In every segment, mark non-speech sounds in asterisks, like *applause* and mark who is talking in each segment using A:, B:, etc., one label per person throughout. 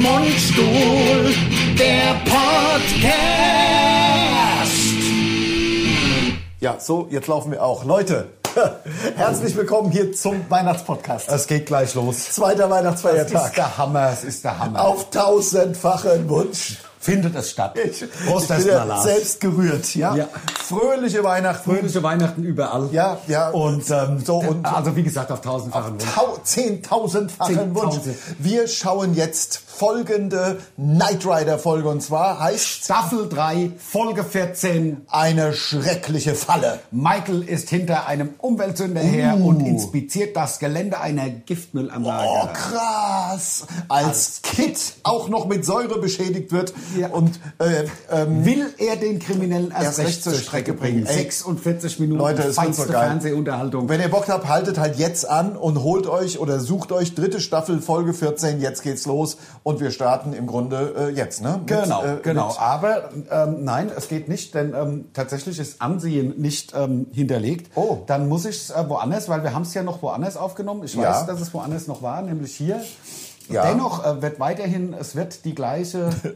A: Mundstuhl, der Podcast.
B: Ja, so, jetzt laufen wir auch. Leute, *laughs* herzlich willkommen hier zum Weihnachtspodcast.
C: Es geht gleich los.
B: Zweiter
C: Es ist
B: Weihnachtsfeiertag.
C: der Hammer, es ist der Hammer.
B: Auf tausendfachen Wunsch.
C: Findet es statt.
B: Ich, ich
C: Prost
B: bin
C: erstmal,
B: ja
C: Lars.
B: selbst gerührt. Ja?
C: Ja.
B: Fröhliche Weihnachten.
C: Fröhliche Weihnachten überall.
B: Ja, ja.
C: Und ähm, so und
B: Auf
C: also wie gesagt auf tausendfachen Wunsch.
B: Tau zehntausendfachen Wunsch.
C: Zehntausend.
B: Wir schauen jetzt folgende Knight Rider Folge und zwar heißt
C: Staffel 3, Folge 14.
B: eine schreckliche Falle.
C: Michael ist hinter einem Umweltsünder her und inspiziert das Gelände einer Giftmüllanlage.
B: Uh. Oh, krass. Als Kit auch noch mit Säure beschädigt wird
C: Ja.
B: und äh, ähm,
C: Will er den Kriminellen erst, recht zur Strecke bringen?
B: Ey.
C: 46 Minuten
B: Leute, es wird
C: feinste
B: so geil.
C: Fernsehunterhaltung.
B: Wenn ihr Bock habt, haltet halt jetzt an und holt euch oder sucht euch dritte Staffel Folge 14. Jetzt geht's los und wir starten im Grunde äh, jetzt, ne? Mit,
C: Genau,
B: äh,
C: genau.
B: mit-
C: Aber ähm, nein, es geht nicht, denn ähm, tatsächlich ist Ansehen nicht ähm, hinterlegt.
B: Oh.
C: Dann muss ich es äh, woanders, weil wir haben es ja noch woanders aufgenommen. Ich weiß,
B: Ja.
C: dass es woanders noch war, nämlich hier.
B: Ja.
C: Dennoch äh, wird weiterhin, es wird die
B: *laughs*
C: gleiche. äh,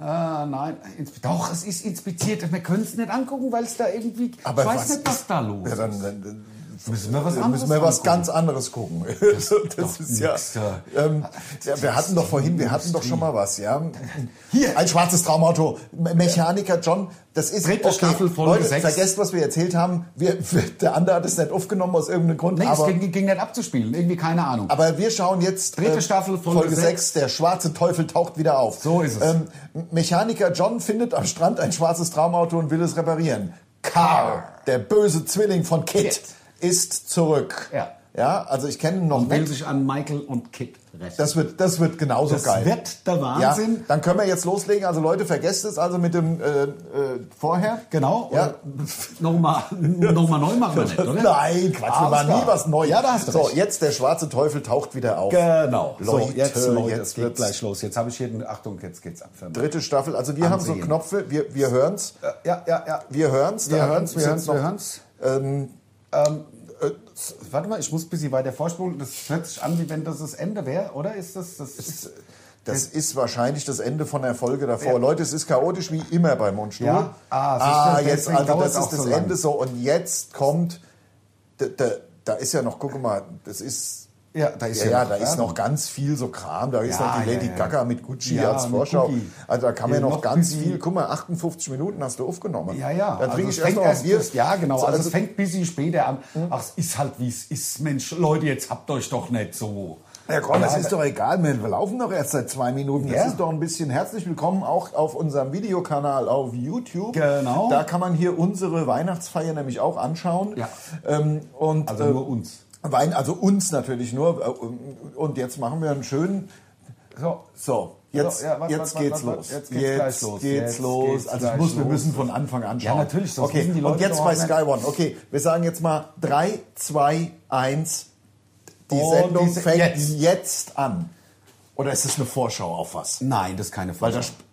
C: nein, insp- doch, es ist inspiziert. Wir können es nicht angucken, weil es da irgendwie.
B: Aber
C: ich weiß
B: was-
C: nicht, was da los
B: ja,
C: ist.
B: dann, dann, dann
C: Müssen wir was
B: dann
C: anderes
B: müssen wir was
C: angucken.
B: ganz anderes gucken. *laughs* Das,
C: doch
B: ist ja,
C: nix, ja.
B: ähm, ja. Wir hatten doch vorhin, wir hatten doch schon mal was, ja. Hier, ein schwarzes Traumauto. Me- Mechaniker John, das ist
C: Dritte Staffel, Folge
B: Leute,
C: sechs.
B: vergesst, was wir erzählt haben. Wir, wir, der andere hat es nicht aufgenommen aus irgendeinem Grund.
C: Nee, es
B: aber,
C: ging, ging nicht abzuspielen. Irgendwie keine Ahnung.
B: Aber wir schauen jetzt äh,
C: Dritte Staffel, Folge
B: Folge 6, der schwarze Teufel taucht wieder auf.
C: So ist es.
B: Ähm, Mechaniker John findet am Strand ein schwarzes Traumauto und will es reparieren. Carr, der böse Zwilling von Kit,
C: Kit.
B: ist zurück.
C: Ja.
B: Ja, also ich kenne ihn noch
C: will
B: nicht.
C: sich an Michael und Kit rächen.
B: Das wird, das wird genauso
C: Das
B: geil.
C: wird der
B: ja,
C: Wahnsinn.
B: dann können wir jetzt loslegen. Also Leute, vergesst es also mit dem äh, äh, vorher.
C: Genau.
B: Ja.
C: Nochmal, nochmal neu machen wir nicht, oder?
B: Nein, Quatsch, wir
C: Alles
B: machen
C: klar.
B: nie was Neues.
C: Ja, da hast du
B: so,
C: recht.
B: jetzt der schwarze Teufel taucht wieder auf.
C: Genau. so,
B: Leute,
C: jetzt, Leute,
B: jetzt
C: es geht
B: wird's-
C: gleich los. Jetzt habe ich hier eine Achtung, jetzt geht's ab.
B: Dritte Staffel. Also wir haben so
C: Ansehen.
B: Knöpfe, wir, wir hören's.
C: Ja, ja, ja.
B: Wir hören's,
C: Wir
B: da
C: hören's, wir
B: sitzt
C: hören's, wir
B: noch-
C: hören's. Ähm, äh, s- warte mal, ich muss ein bisschen weiter vorspulen. Das hört sich an, wie wenn das das Ende wäre, oder? Ist das, das ist,
B: Das ist wahrscheinlich das Ende von der Folge davor. Leute, es ist chaotisch wie immer bei Mundstuhl.
C: Ja. Ah, siehst
B: Ah,
C: du,
B: jetzt,
C: deswegen
B: also
C: dauert's
B: das ist
C: auch so
B: das
C: lang.
B: Ende so. Und jetzt kommt, da, da, da ist ja noch, guck mal, das ist...
C: Ja, da ist ja
B: ja, ja,
C: noch
B: da ist
C: Werbung.
B: noch ganz viel so Kram. Da ist
C: Ja,
B: noch die
C: ja,
B: Lady
C: ja.
B: Gaga mit Gucci
C: Ja,
B: als
C: mit
B: Vorschau.
C: Gucci.
B: Also da kann man
C: Hier
B: ja noch
C: noch
B: ganz
C: bisschen-
B: viel. Guck mal, 58 Minuten hast du aufgenommen.
C: ja, also ja.
B: Dann trinke
C: es
B: ich erst
C: fängt
B: noch ein Bier.
C: Ja, genau.
B: So,
C: Also, es fängt ein bisschen später an. Ach, es ist halt, wie es ist. Mensch, Leute, jetzt habt euch doch nicht so.
B: Ja, komm, das ist doch egal, wir laufen doch erst seit zwei Minuten. Das
C: Ja.
B: ist doch ein bisschen herzlich willkommen auch auf unserem Videokanal auf YouTube.
C: Genau.
B: Da kann man hier unsere Weihnachtsfeier nämlich auch anschauen.
C: Ja.
B: Ähm, und,
C: Also
B: äh,
C: nur uns.
B: Wein, also uns natürlich nur. Äh, Und jetzt machen wir einen schönen.
C: So,
B: So, jetzt,
C: ja, warte,
B: jetzt
C: warte,
B: geht's
C: warte,
B: los.
C: jetzt geht's gleich los.
B: Geht's
C: Jetzt
B: los.
C: geht's
B: also ich
C: gleich
B: muss, wir
C: los.
B: müssen von Anfang an schauen.
C: natürlich, sonst
B: okay.
C: wissen die Leute
B: Und jetzt
C: doch
B: bei
C: auch nicht-
B: Sky One. Okay, wir sagen jetzt mal 3, 2, 1. Die
C: Und
B: Sendung
C: diese-
B: fängt jetzt.
C: jetzt.
B: an. Oder ist es eine Vorschau auf was?
C: Nein, das ist keine
B: Weil
C: Frage.
B: da sp-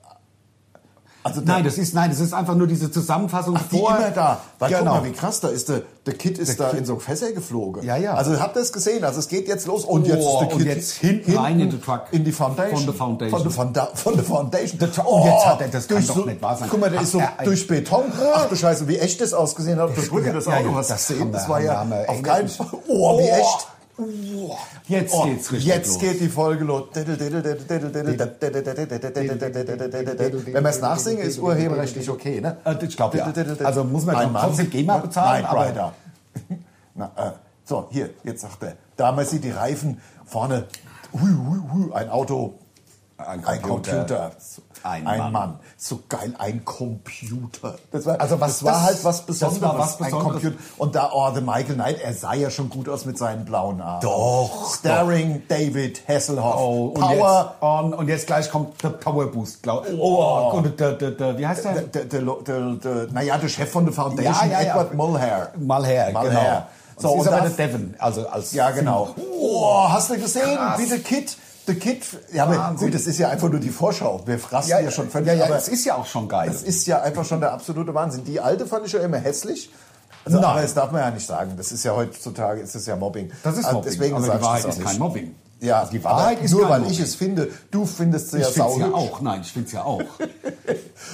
B: also da-
C: Nein, das ist nein, das ist einfach nur diese Zusammenfassung
B: die
C: vor.
B: immer da. Weil guck
C: genau.
B: mal, wie krass da ist. Der, der Kid ist da in so Fässer geflogen.
C: Ja, ja.
B: Also habt ihr es gesehen? Also es geht jetzt los. Und jetzt
C: Oh,
B: ist der Kid
C: und jetzt hinten rein in den Truck.
B: In die Foundation.
C: Von der Foundation.
B: Von der, Fonda von der Foundation. Der Truck.
C: Und jetzt hat er- das kann
B: durch
C: doch nicht wahr sein.
B: Guck mal, der
C: Hat
B: ist so
C: er ein- Ah.
B: durch Beton. Ach du Scheiße, wie echt das ausgesehen hat. auf der Brücke,
C: ja,
B: das
C: ja,
B: Auto.
C: ja,
B: Hast du
C: das
B: gesehen?
C: Hammer,
B: Das war ja
C: Hammer, Hammer.
B: auf
C: Erinnert
B: keinen
C: mich.
B: Fall. Oh, wie
C: Oh.
B: echt.
C: Jetzt
B: Oh,
C: geht's richtig
B: jetzt
C: los.
B: geht die Folge los. Wenn man es nachsingen, ist urheberrechtlich okay, ne?
C: Äh, ich glaub, ja. Also muss man
B: Ein
C: doch trotzdem
B: Mann
C: GEMA
B: und
C: bezahlen,
B: Knight
C: aber-
B: Rider. *laughs* Na, äh, so, hier, jetzt sagt er. Damals sieht die Reifen vorne. Hui, hui, hui, ein Auto.
C: Ein
B: Ein
C: Computer.
B: Computer.
C: Ein
B: Ein
C: Mann.
B: Mann. So geil, ein Computer. Das war,
C: Also was-
B: das war
C: das-
B: halt was
C: das war
B: Besonderes.
C: was Besonderes.
B: Ein Computer. Und da, oh, The Michael Knight, er sah ja schon gut aus mit seinen blauen Haaren.
C: Doch,
B: Starring David Hasselhoff.
C: Oh, und
B: Power.
C: Jetzt, on, und jetzt gleich kommt der Power Boost, glaube ich. Oh, und der, der, der, wie heißt der?
B: Der, der, der, der, naja, der Chef von der Foundation,
C: Ja, ja, ja.
B: Edward Mulher.
C: Malher,
B: Malher.
C: genau.
B: So,
C: So,
B: und
C: das ist aber
B: das-
C: der Devon, also als
B: Ja, genau. Oh, hast du gesehen,
C: Krass.
B: wie der Kid, der Kid, ja, aber
C: Wahnsinn.
B: gut, das ist ja einfach nur die Vorschau. Wir frassen ja,
C: ja
B: schon völlig,
C: Ja, ja,
B: aber
C: es ist ja auch schon geil.
B: das ist ja einfach schon der absolute Wahnsinn. Die alte fand ich ja immer hässlich. Also,
C: Nein.
B: aber das darf man ja nicht sagen. Das ist ja heutzutage, ist das ja Mobbing.
C: Das ist
B: Also
C: Mobbing,
B: Deswegen
C: aber die
B: sag ich
C: Wahrheit
B: das auch
C: ist
B: nicht.
C: kein Mobbing.
B: Ja, die Wahrheit
D: Wahrheit ist
B: ist nur,
D: kein
B: weil
D: Problem.
B: ich es finde. Du findest sie
D: Ich
B: ja
D: finde es
B: sauhübsch.
D: ja auch. Nein, ich finde es ja auch.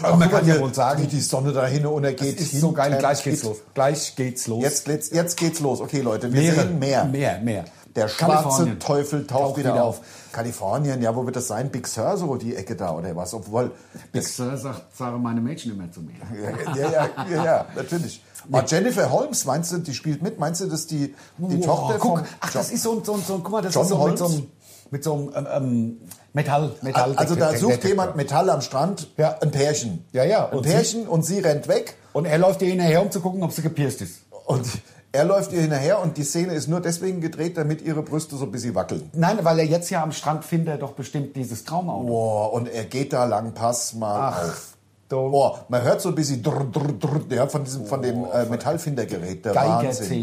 B: Aber man kann ja
D: wohl
B: wohl sagen, wie die Sonne dahin und er *laughs* geht
D: ist
B: hin.
D: so geil.
B: Ted,
D: Gleich geht's
B: geht-
D: los. Gleich geht's los.
B: Jetzt, jetzt, jetzt geht's los. Okay, Leute, wir
D: Meere.
B: sehen mehr.
D: Mehr, mehr.
B: Der schwarze
D: Kalifornien.
B: Teufel taucht, wieder, auf. Kalifornien, ja, wo wird das sein? Big Sur, so die Ecke da oder was? Obwohl,
D: Big
C: äh,
D: Sur sagt, sagen meine Mädchen immer zu mir.
B: ja, ja, ja, ja, ja natürlich. Aber Jennifer Holmes, meinst du, die spielt mit? Meinst du, dass die, die
D: Wow,
B: Tochter
D: guck,
B: von
D: ach,
B: John-
D: das ist so ein, so ein, so ein guck mal, das
B: John
D: ist so mit
B: Holmes?
D: so einem, mit so einem ähm, ähm, Metall, Metall.
B: also da sucht jemand
D: mit.
B: Metall am Strand,
D: Ja.
B: ein Pärchen.
D: Ja, ja,
B: Ein
D: und
B: Pärchen und sie rennt weg
D: Und er läuft ihr hinterher, um zu gucken, ob sie gepierst ist.
B: und er läuft ihr hinterher und die Szene ist nur deswegen gedreht, damit ihre Brüste so ein bisschen wackeln.
D: Nein, weil er jetzt ja am Strand findet, er doch bestimmt dieses Traumauto.
B: Boah, und er geht da lang, pass mal
D: Ach,
B: auf.
D: du-
B: Boah, man hört so ein bisschen drr, drr, drr, ja, von, diesem, von dem äh, Metallfindergerät. Der Wahnsinn.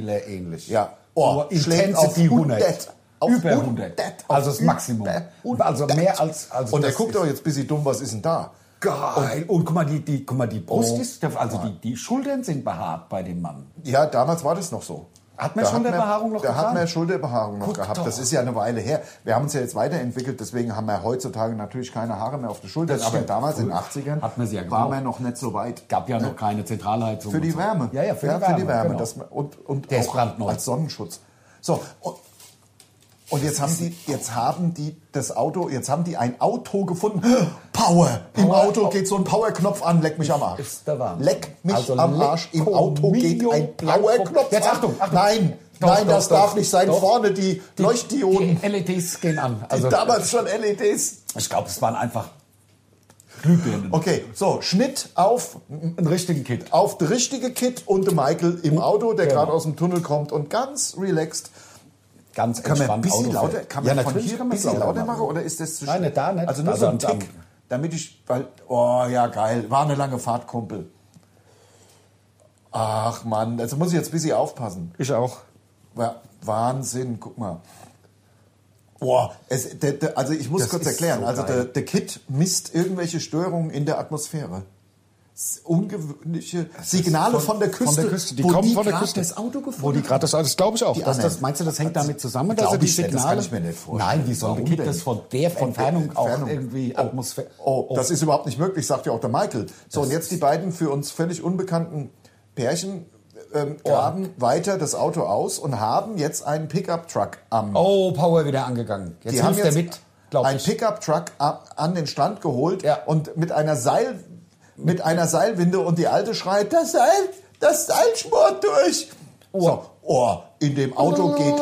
D: Geigerzähler ähnlich.
B: Ja. Oh, schlägt auf 100. Auf
D: Über 100.
B: 100, auf
D: Also das Maximum.
B: 100.
D: Also mehr als... als
B: und er
D: das
B: guckt
D: ist-
B: doch jetzt ein bisschen dumm, was ist denn da?
D: Geil. Und, guck mal, die, die, guck mal, die Brust
B: Oh.
D: ist, also die, die Schultern sind behaart bei dem Mann.
B: Ja, damals war das noch so.
D: Hat man
B: Da
D: Schulterbehaarung noch
B: Da hat
D: getan?
B: man Schulterbehaarung noch
D: Guck
B: gehabt. Das
D: doch.
B: ist ja eine Weile her. Wir haben uns ja jetzt weiterentwickelt, deswegen haben wir heutzutage natürlich keine Haare mehr auf den Schultern.
D: Das
B: Aber
D: stimmt.
B: damals in den
D: Früher
B: 80ern
D: hat man sie ja
B: war
D: gebraucht.
B: man noch nicht so weit.
D: Gab ja noch keine Zentralheizung.
B: Für
D: und
B: die
D: so.
B: Wärme.
D: Ja, ja, für die
B: Für die Wärme.
D: genau.
B: Dass man, und und
D: Der ist
B: auch
D: brandneu.
B: als Sonnenschutz. So, und, und jetzt, haben die, jetzt haben die das Auto, jetzt haben die ein Auto gefunden. *gasps* Power! Im
D: Power.
B: Auto geht so ein Powerknopf an, leck mich am Arsch.
D: Ist der Wahnsinn.
B: Leck mich
D: Also
B: am
D: Lecco
B: Arsch, im Auto geht
D: mio
B: ein
D: blanco.
B: Powerknopf
D: Jetzt
B: an.
D: Achtung, Achtung.
B: Nein,
D: Doch,
B: nein,
D: doch,
B: das
D: doch,
B: darf nicht sein.
D: doch.
B: Vorne die, Leuchtdioden,
C: E
D: Die Also- LEDs gehen an.
C: Also,
B: die damals schon E LEDs.
D: ich glaube, es waren einfach Glühbirnen.
B: Okay, so, Schnitt auf
D: Einen richtigen Kit.
B: auf der richtige Kid und der Michael im Auto, der
D: Genau.
B: gerade aus dem Tunnel kommt und ganz relaxed.
D: Ganz
B: Kann man ein
D: entspannt
B: bisschen
D: Auto
B: lauter,
D: fährt.
B: kann man
D: ja,
B: von
D: natürlich
B: hier
D: kann
B: ein
D: man es
B: bisschen lauter machen oder ist das zu
D: Nein, nicht da, nicht.
B: Also nur
D: Da
B: so ein
D: dann-
B: Tick, damit ich, weil, oh ja geil, war eine lange Fahrt, Kumpel. Ach Mann, also muss ich jetzt ein bisschen aufpassen.
D: Ich auch.
B: Wa- Wahnsinn, guck mal. Boah, es, der, der, also ich muss
D: Das
B: kurz
D: ist
B: erklären.
D: so
B: also
D: geil.
B: der, der Kit misst irgendwelche Störungen in der Atmosphäre. S- Ungewöhnliche Signale von, der Küste,
C: von der Küste. Die
B: wo
C: kommen
B: die
C: von der
B: grad
C: Küste.
B: das Auto gefunden
C: Wo die gerade das alles, glaube ich auch.
B: Die
C: dass
B: anderen.
C: das, meinst du, das hängt damit zusammen, dass
B: Glaub
C: er die
B: ich nicht, das
C: Signale...
B: kann ich mir nicht vorstellen.
C: Nein, wie soll
B: Warum
C: der Kid
B: denn?
C: das von der
B: Von der
C: Entfernung,
B: Entfernung.
C: auch irgendwie Atmosphäre...
B: Oh, das ist überhaupt nicht möglich, sagt ja auch der Michael. So, und jetzt die beiden für uns völlig unbekannten Pärchen ähm, graben weiter das Auto aus und haben jetzt einen Pickup-Truck am
C: Oh, Power wieder angegangen. Jetzt
B: Die haben
C: hilft er
B: jetzt
C: mit, glaube
B: einen
C: ich.
B: Pickup-Truck a- an den Strand geholt
C: Ja.
B: und mit einer, Seil, mit einer Seilwinde und die Alte schreit, das Seil, das Seil schmort durch. So, oh, in dem Auto geht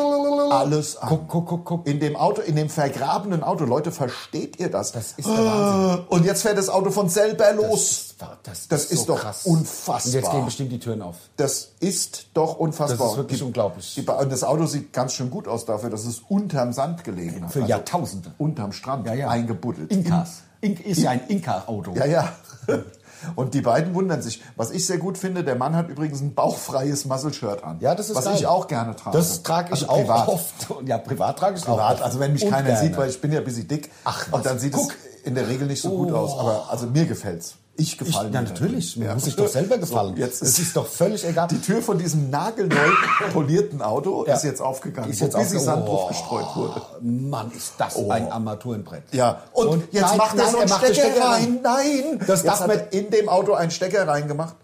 B: alles an.
C: Guck, guck, guck, guck.
B: In dem Auto, in dem vergrabenen Auto, Leute, versteht ihr das?
C: Das ist der Wahnsinn.
B: Und jetzt fährt das Auto von selber los.
C: Das,
B: Das ist doch unfassbar.
C: Und jetzt gehen bestimmt die Türen auf.
B: Das ist doch unfassbar.
C: Das ist wirklich
B: Die-
C: unglaublich.
B: Die, Ba- und das Auto sieht ganz schön gut aus dafür, dass es unterm Sand gelegen hat. Also
D: Für Jahrtausende.
B: Unterm Strand eingebuddelt.
D: Inkas. Ink ist ja ein Inka-Auto.
B: Ja, ja. Und die beiden wundern sich. Was ich sehr gut finde, der Mann hat übrigens ein bauchfreies Muzzle-Shirt an.
C: Ja, das ist
B: Was
C: geil.
B: ich auch gerne trage.
C: Das trage ich
B: also
C: auch
B: privat.
C: oft. Und Ja, privat trage ich es auch
B: Privat,
C: oft.
B: also wenn mich
C: Und
B: keiner
C: gerne.
B: sieht, weil ich bin ja ein bisschen dick.
C: Ach, was,
B: Und dann sieht
C: guck. Oh.
B: es in der Regel nicht so gut aus. Aber also mir gefällt's. Ich
C: Ich,
B: gefallen
C: na,
B: mir.
C: natürlich, mir
B: Ja.
C: muss ich doch selber gefallen.
B: *laughs* So, jetzt
C: das
B: ist
C: ist doch völlig egal.
B: die Tür von diesem nagelneu *laughs* polierten Auto
C: Ja.
B: ist jetzt aufgegangen,
C: Ist jetzt
B: wo busy
C: aufge-
B: Sand
C: Oh.
B: drauf gestreut wurde.
C: Mann, ist das ein Armaturenbrett.
B: Ja, und, jetzt
C: nein,
B: macht er
C: nein,
B: so einen
C: macht
B: Stecker, rein.
C: rein.
B: Nein,
C: Das
B: jetzt
C: darf
B: hat
C: man-
B: er in dem Auto einen Stecker reingemacht.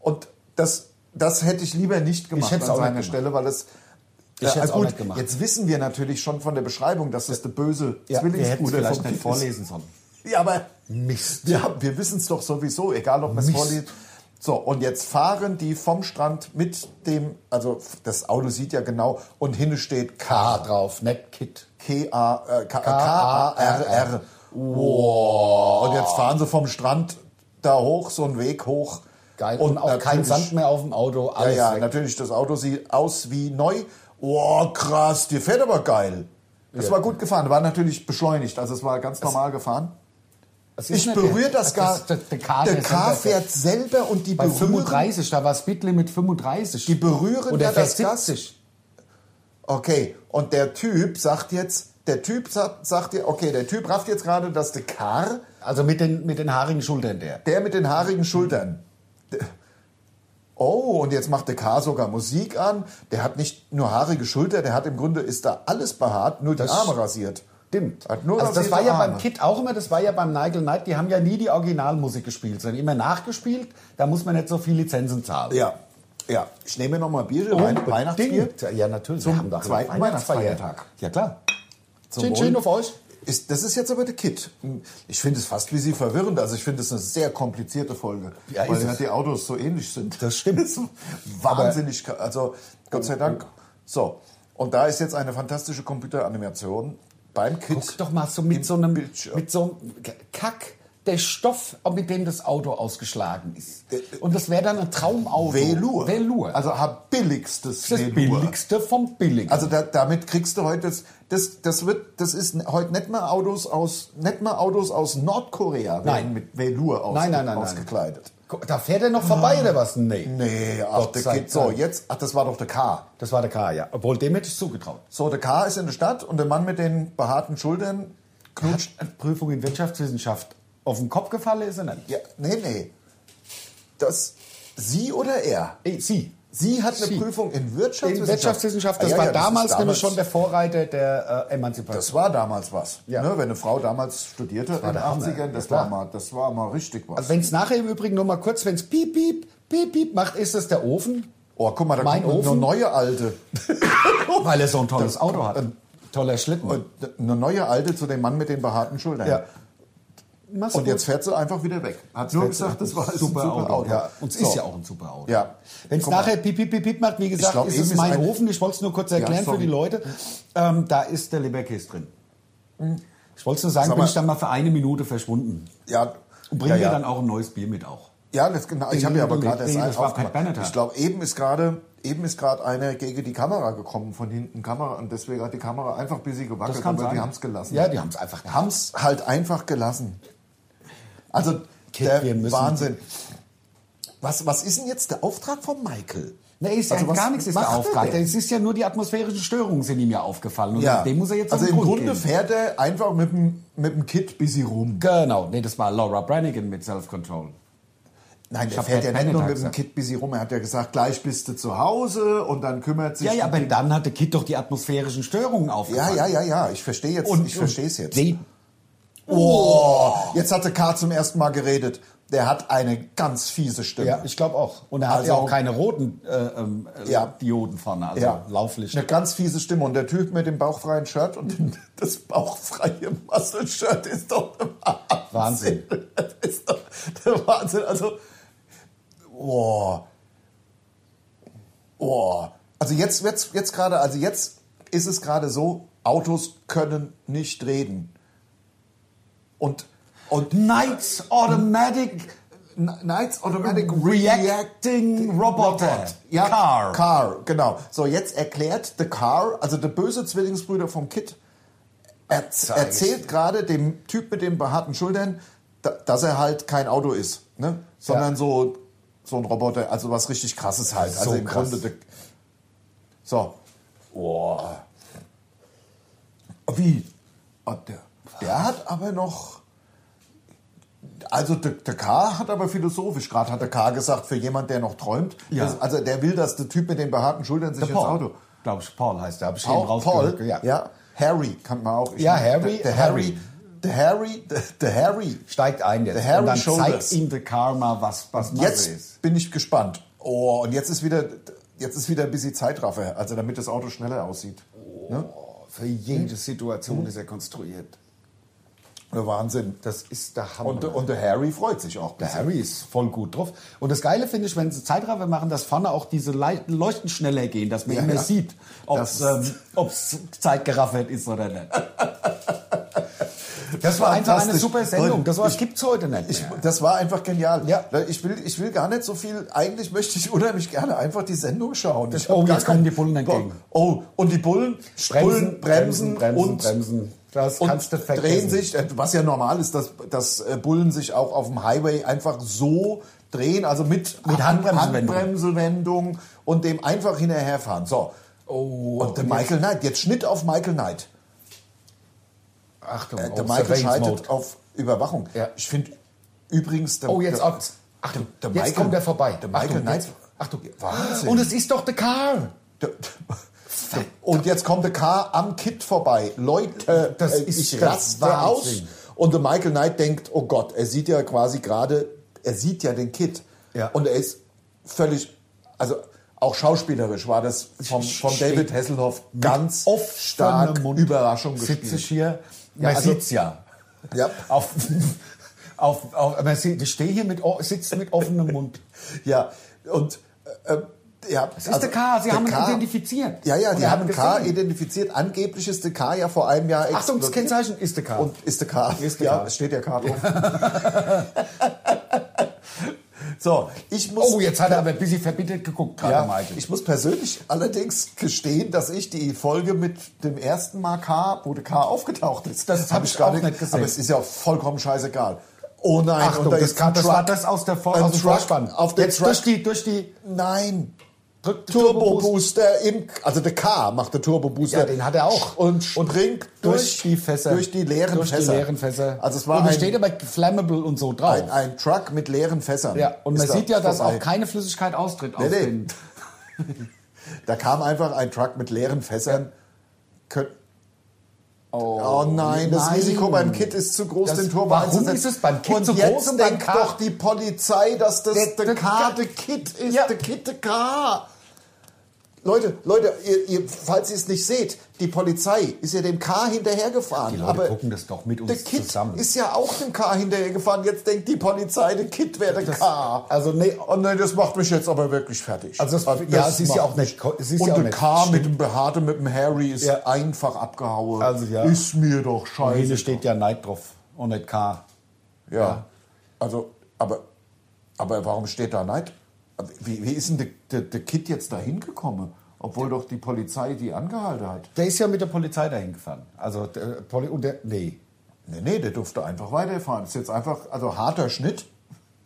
B: Und das, das hätte ich lieber nicht gemacht
C: hätte es
B: an
C: auch nicht
B: seiner
C: gemacht.
B: Stelle, weil es. äh,
C: Ich hätte es auch nicht gemacht.
B: Jetzt wissen wir natürlich schon von der Beschreibung, dass das der böse
C: Ja, wir hätten es
B: Zwillingsbruder
C: vielleicht
B: vom
C: nicht
B: Kind ist.
C: vorlesen sollen.
B: Ja, aber
C: Mist.
B: wir, haben- wir wissen es doch sowieso, egal ob man es
C: Mist.
B: vorliest. So, und jetzt fahren die vom Strand mit dem, also das Auto sieht ja genau, und hinten steht
C: K
B: K
C: drauf, nicht Kit.
B: K-A- äh, K- K-A-R-R. Wow. Und jetzt fahren sie vom Strand da hoch, so einen Weg hoch.
C: Geil. Und, auch kein
B: natürlich-
C: Sand mehr auf dem Auto.
B: Ja,
C: Alles
B: ja,
C: weg.
B: natürlich, das Auto sieht aus wie neu. Wow, krass, dir fährt aber geil. Das war gut gefahren, war natürlich beschleunigt, also es war ganz normal gefahren.
C: Das ist
B: Ich
C: nicht
B: berühre
C: der-
B: das gar.
C: Der, der K,
B: der
C: der
B: Car
C: selber
B: fährt selber und die
C: Bei
B: berühren,
C: 35, da war Speedlimit 35.
B: die berühren
C: Oder
B: ja
C: fährt
B: das Gas.
C: 70.
B: Okay, und der Typ sagt jetzt, der Typ sagt, sagt dir, okay, der Typ rafft jetzt gerade, dass der Car
C: Also mit den, mit den haarigen Schultern der.
B: Der mit den haarigen Schultern. Der- oh, und jetzt macht der K sogar Musik an. Der hat nicht nur haarige Schulter, der hat im Grunde ist da alles behaart, nur die Arme rasiert.
C: Stimmt.
B: Hat nur
C: also das
B: rasierte
C: war ja
B: Arme.
C: beim Kid auch immer, das war ja beim Nigel Knight, die haben ja nie die Originalmusik gespielt, sondern immer nachgespielt. Da muss man nicht so viel Lizenzen zahlen.
B: Ja, ja. Ich nehme mir nochmal Bier, Wein-
C: Unbedingt.
B: Weihnachtsbier.
C: Ja, natürlich.
B: Zum
C: Wir haben doch
B: zweiten
C: einen
B: Weihnachtsfeiertag.
C: Ja, klar.
B: Zum
C: Chin, chin
B: Wohl.
C: auf euch.
B: Ist, das ist jetzt aber der Kid. Ich finde es fast wie sie verwirrend. Also ich finde es eine sehr komplizierte Folge,
C: Ja, ist
B: weil
C: es.
B: halt die Autos so ähnlich sind.
C: Das
B: *laughs*
C: stimmt. äh,
B: Wahnsinnig. ka- Also Gott sei Dank. So und da ist jetzt eine fantastische Computeranimation beim Kid.
C: Guck doch mal so mit so einem
B: Bildschirm.
C: mit so einem K- Kack der Stoff, mit dem das Auto ausgeschlagen ist. Und das wäre dann ein Traumauto.
B: Äh, Velour.
C: Velour.
B: Also hab billigstes
C: das
B: Velour.
C: billigste vom billigen.
B: Also da, damit kriegst du heute das, das, das wird das ist n- heute nicht mehr Autos aus nicht mehr Autos aus Nordkorea werden
C: Nein.
B: mit Velour aus,
C: Nein, nein, nein, nein.
B: ausgekleidet.
C: Guck, da fährt er noch vorbei oder was? Nee.
B: Ah. Nee, ach,
C: Gott
B: der
C: sei
B: Kid, so
C: Dank.
B: jetzt, ach, das war doch der K.
C: Das war der K, ja. Obwohl dem hätte ich zugetraut.
B: So, der K ist in der Stadt und der Mann mit den behaarten Schultern knutscht.
C: Prüfung in Wirtschaftswissenschaft auf den Kopf gefallen ist er nicht.
B: Ja, nee, nee. Das, sie oder er?
C: Ey, Sie.
B: Sie hat eine
C: Sie.
B: Prüfung in
C: In
B: Wirtschaftswissenschaft.
C: Wirtschaftswissenschaft, das
B: Ah, ja,
C: war
B: ja, das ist
C: damals, nämlich schon der Vorreiter der äh, Emanzipation.
B: Das war damals was.
C: Ja.
B: Ne, wenn eine Frau damals studierte in den
C: der Hammer.
B: 80ern, das,
C: Ja,
B: war
C: klar. Also,
B: mal, das war mal richtig was.
C: Wenn es nachher im Übrigen nur mal kurz, wenn es piep, piep, piep, piep macht, ist es der Ofen,
B: oh, guck mal, da
C: Mein
B: kommt eine
C: Ofen?
B: neue alte.
C: weil er so ein tolles Auto hat. Toller Schlitten.
B: Und Eine neue alte zu dem Mann mit den behaarten Schultern.
C: Ja. Mach's
B: Und
C: gut.
B: jetzt fährt sie einfach wieder weg. Hat nur gesagt, das war ist ein super, Auto.
C: Ja. Und es ist
B: So.
C: ja auch ein super Auto.
B: Ja.
C: Wenn es
B: Guck mal.
C: nachher piep, piep, piep, piep macht, wie gesagt,
B: glaub,
C: ist
B: eben
C: es
B: ist
C: mein
B: ein-
C: Ofen. Ich wollte es nur kurz erklären
B: sorry.
C: für die Leute. Ähm, da ist der Leberkäse drin. Ich wollte es nur sagen,
B: Sag mal-
C: bin ich dann Hm. mal für eine Minute verschwunden.
B: Ja.
C: Und bring
B: ja,
C: mir
B: ja.
C: dann auch ein neues Bier mit auch.
B: Ja, das genau. Ich
C: Den-
B: habe ja aber
C: den-
B: gerade erst
C: den-
B: einen
C: das war Pat
B: aufgemacht.
C: Benatar.
B: Ich glaube, eben ist gerade eben ist gerade einer gegen die Kamera gekommen von hinten Kamera und deswegen hat die Kamera einfach ein bisschen gewackelt,
C: Das kann
B: aber die
C: sein.
B: haben es gelassen.
C: Ja, die haben's einfach
B: haben es halt einfach gelassen. Also
C: Kid,
B: der
C: wir müssen-
B: Wahnsinn. Was, was ist denn jetzt der Auftrag von Michael?
C: Nee, ist
B: Also
C: ja
B: was
C: gar nichts ist
B: macht
C: der
B: er
C: Auftrag.
B: denn?
C: Es ist ja nur die atmosphärischen Störungen sind ihm ja aufgefallen. Und dem muss er jetzt
B: also
C: auf
B: im
C: den Grund
B: Grunde
C: gehen.
B: fährt er einfach mit dem, mit dem Kit busy rum.
C: Genau, nee, das war Laura Branigan mit Self-Control.
B: Nein, der
C: hab
B: fährt
C: Pat
B: ja nicht nur
C: Benatar
B: mit dem
C: gesagt.
B: Kit busy rum. Er hat ja gesagt, gleich bist du zu Hause und dann kümmert sich
C: Ja, ja, aber dann hatte Kid doch die atmosphärischen Störungen
B: Ja,
C: aufgefallen.
B: ja, ja, ja, ich verstehe jetzt, ich verstehe es jetzt.
C: Die,
B: Oh, jetzt hatte K zum ersten Mal geredet. Der hat eine ganz fiese Stimme.
C: ja, ich glaube auch. Und er hat
B: Also-
C: ja auch keine roten äh, ähm, äh,
B: Ja.
C: Dioden vorne, also
B: Ja.
C: Lauflicht.
B: Eine ganz fiese Stimme. Und der Typ mit dem bauchfreien Shirt und *laughs* dem- das bauchfreie Muscle-Shirt ist doch *laughs* der Wahnsinn.
C: Wahnsinn.
B: Das ist doch *laughs* der Wahnsinn. Also, boah. Boah. Also jetzt, jetzt, jetzt gerade, also jetzt ist es gerade so, Autos können nicht reden. Und, und
C: Knights Automatic
B: Nights Automatic
C: Reacting Roboter.
B: Ja,
C: Car.
B: Car, genau. So, jetzt erklärt The Car, also der böse Zwillingsbrüder vom Kid, er, erzählt gerade dem Typ mit den behaarten Schultern, da, dass er halt kein Auto ist, ne? sondern
C: Ja.
B: so, so ein Roboter, also was richtig krasses halt. Also
C: So
B: im
C: krass.
B: Grunde. The, so.
C: Oh.
B: Boah. Wie? Ah, Der, der hat aber noch. Also der, der K hat aber philosophisch, gerade hat der K gesagt, für jemand, der noch träumt,
C: Ja.
B: das, also der will, dass der Typ mit den behaarten Schultern sich ins Auto...
C: Glaube ich, Paul heißt der. Hab ich eben
B: Paul,
C: rausgehört.
B: Paul ja. Harry kann man auch... ich-
C: Ja, Harry,
B: Der, der Harry,
C: Harry.
B: der Harry, der, der Harry.
C: Steigt ein
B: Der
C: jetzt.
B: Harry
C: Und dann
B: Shoulders.
C: zeigt ihm der Karma, was, was Masse ist.
B: Jetzt bin ich gespannt. Oh, und jetzt ist wieder, jetzt ist wieder ein bisschen Zeitraffer, also damit das Auto schneller aussieht. Ne?
C: Oh, Für jede Situation ist er konstruiert.
B: Der Wahnsinn.
C: Das ist der Hammer.
B: Und, der- und der Harry freut sich auch.
C: Der Harry ist voll gut drauf. Und das Geile finde ich, wenn sie Zeitraffer machen, dass vorne auch diese Lei- Leuchten schneller gehen, dass man
B: Ja,
C: immer
B: ja.
C: sieht, ob es
B: Das-
C: ähm, ob's zeitgeraffert ist oder
B: *laughs*
C: nicht. Das war einfach eine
B: Fantastisch.
C: super Sendung.
B: Leute,
C: Das, war-
B: ich-
C: das gibt's heute nicht.
B: Ich,
C: mehr.
B: das war einfach genial.
C: Ja.
B: Ich, will, ich will gar nicht so viel. Eigentlich möchte ich unheimlich gerne einfach die Sendung schauen. Ich
C: Oh,
B: hab gar
C: jetzt
B: kein-
C: kommen die Bullen entgegen.
B: Oh, und die Bullen Bullen, bremsen, und,
C: bremsen. Das kannst du
B: und
C: vergessen.
B: drehen sich, äh, was ja normal ist, dass, dass äh, Bullen sich auch auf dem Highway einfach so drehen, also mit,
C: Mit Handbremsenwendung.
B: Handbremsewendung und dem einfach hinterherfahren. So.
C: Oh,
B: und der Michael Knight, jetzt Schnitt auf Michael Knight.
C: Achtung,
B: Äh, der
C: oh,
B: Michael
C: Surveillance
B: schaltet
C: Mode.
B: auf Überwachung.
C: Ja.
B: Ich finde übrigens. Der,
C: Oh, jetzt
B: der,
C: auch. Achtung, jetzt kommt er vorbei.
B: Der Michael
C: Achtung,
B: Knight.
C: jetzt. Ach du.
B: Wahnsinn.
C: Und es ist doch der Karl.
B: Und jetzt kommt der K am Kit vorbei. Leute,
C: Das
B: äh,
C: ist
B: ich
C: der
B: raste aus.
C: Wahnsinn.
B: Und der Michael Knight denkt, oh Gott, er sieht ja quasi gerade, er sieht ja den Kit.
C: Ja.
B: Und er ist völlig, also auch schauspielerisch war das vom, vom David Hasselhoff ganz
C: offenem
B: stark
C: Mund
B: Überraschung
C: Sitze ich
B: gespielt.
C: hier.
B: Ja,
C: man
B: also-
C: sieht's ja.
B: Ja.
C: Auf, *laughs* auf, auf, man sieht, ich stehe hier mit, o- sitze mit offenem Mund.
B: ja, und äh, ja,
D: Das ist der K, Sie haben ihn identifiziert.
B: Also, Ja, ja,
D: Und
B: die
D: er hat
B: haben K
D: gesehen.
B: identifiziert. Angeblich ist der K ja vor einem Jahr
C: Achtung, das
B: explodiert.
C: Kennzeichen ist der Karl.
B: Und ist der K.
C: Ist der
B: ja,
C: K.
B: es steht ja K drauf. *laughs* so, ich muss.
C: oh, jetzt hat er aber ein bisschen verbittert geguckt gerade,
B: ja,
C: Michael.
B: ich muss persönlich allerdings gestehen, dass ich die Folge mit dem ersten Mal K, wo der K aufgetaucht ist,
C: Das
B: hab
C: hab ich auch nicht gesehen.
B: Aber es ist ja vollkommen scheißegal. Oh nein,
C: Achtung,
B: und da
C: das,
B: ist ein
C: das war
B: Truck.
C: das aus, der, Vor-
B: Ein
C: aus dem
B: Truck
C: Vorspann.
B: Auf den
C: Jetzt
B: Truck.
C: durch die, durch die
B: Nein.
C: drückt
B: Turbo Booster im, also der K macht der Turbo Booster.
C: Ja, den hat er auch.
B: Und springt durch,
C: durch die Fässer.
B: Durch die leeren
C: durch
B: Fässer.
C: Die leeren Fässer.
B: Also es war
C: und da
B: ein,
C: steht aber flammable und so drauf.
B: ein, ein Truck mit leeren Fässern.
C: ja, und man
B: Ist
C: sieht
B: da
C: ja, dass
B: vorbei.
C: auch keine Flüssigkeit austritt aus
B: nee.
C: den
B: *laughs* Da kam einfach ein Truck mit leeren Fässern. Kön- Oh, nein, das
C: nein.
B: Risiko beim Kit ist zu groß,
C: Das-
B: den Turbo
C: warum
B: einzusetzen.
C: ist es beim Kit
B: und
C: so
B: jetzt
C: groß und beim
B: denkt
C: K-
B: doch die Polizei, dass das
C: Der-
B: der,
C: der
B: K,
C: K-
B: der Kit ist,
C: Ja.
B: der Kit, der K. Leute, Leute, ihr, ihr, falls ihr es nicht seht, die Polizei ist ja dem K hinterhergefahren.
C: Die Leute
B: aber
C: gucken das doch mit uns
B: der Kit
C: zusammen.
B: ist ja auch dem K hinterhergefahren. Jetzt denkt die Polizei, der Kit wäre der K.
C: also nee,
B: Oh nein, das macht mich jetzt aber wirklich fertig.
C: Also es-
B: das
C: ja, es ist ja
B: macht
C: auch nicht-
B: mich-
C: es ist
B: und
C: ja auch
B: der
C: nicht-
B: K mit
C: stimmt.
B: dem Behaarte, mit dem Harry ist
C: Ja.
B: einfach abgehauen.
C: Also ja.
B: Ist mir doch scheiße.
C: Hier steht ja Neid drauf und nicht K.
B: ja. Also, aber, aber warum steht da Neid? Also, Wie, wie ist denn der, der, der Kid jetzt da hingekommen? Obwohl doch die Polizei die angehalten hat.
C: Der ist ja mit der Polizei dahin gefahren. Also der Poli und der, nee.
B: Nee, nee, der durfte einfach weiterfahren. ist jetzt einfach, also harter Schnitt.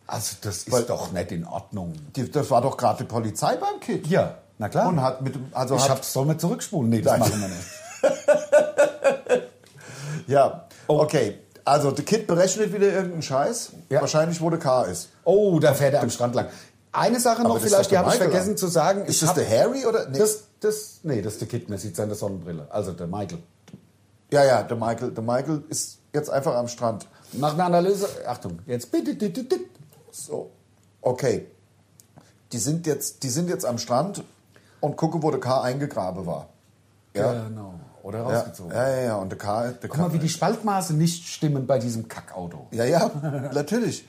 C: Also das ist
B: Weil-
C: doch nicht in Ordnung.
B: Die, das war doch gerade die Polizei beim Kid.
C: Ja, na klar.
B: Und hat mit dem, also
C: ich
B: hat,
C: hab's soll man zurückspulen. Nee, das
B: Nein.
C: machen wir nicht.
B: Ja, okay. Also, der Kid berechnet wieder irgendeinen Scheiß.
C: Ja.
B: Wahrscheinlich, wo der K ist.
C: *laughs* Oh, da fährt er am Strand lang. Eine Sache noch
B: das ist
C: vielleicht,
B: doch
C: die
B: der
C: habe ich
B: Michael
C: vergessen
B: an.
C: zu sagen.
B: Ist
C: ich
B: das
C: hab-
B: der Harry oder? Nee.
C: Das, das, nee, das ist der Kid, man sieht seine Sonnenbrille. Also der Michael.
B: ja, ja, der Michael. Der Michael ist jetzt einfach am Strand.
C: Nach einer Analyse, Achtung, jetzt. bitte, bitte, bitte.
B: So, okay. Die sind jetzt, die sind jetzt am Strand und gucken, wo der K eingegraben war. Ja.
C: Genau. Oder
B: Ja,
C: rausgezogen.
B: ja, ja, ja. Und der K, der
C: Guck mal,
B: K
C: wie die Spaltmaße nicht stimmen bei diesem Kackauto.
B: ja, *laughs* ja, natürlich.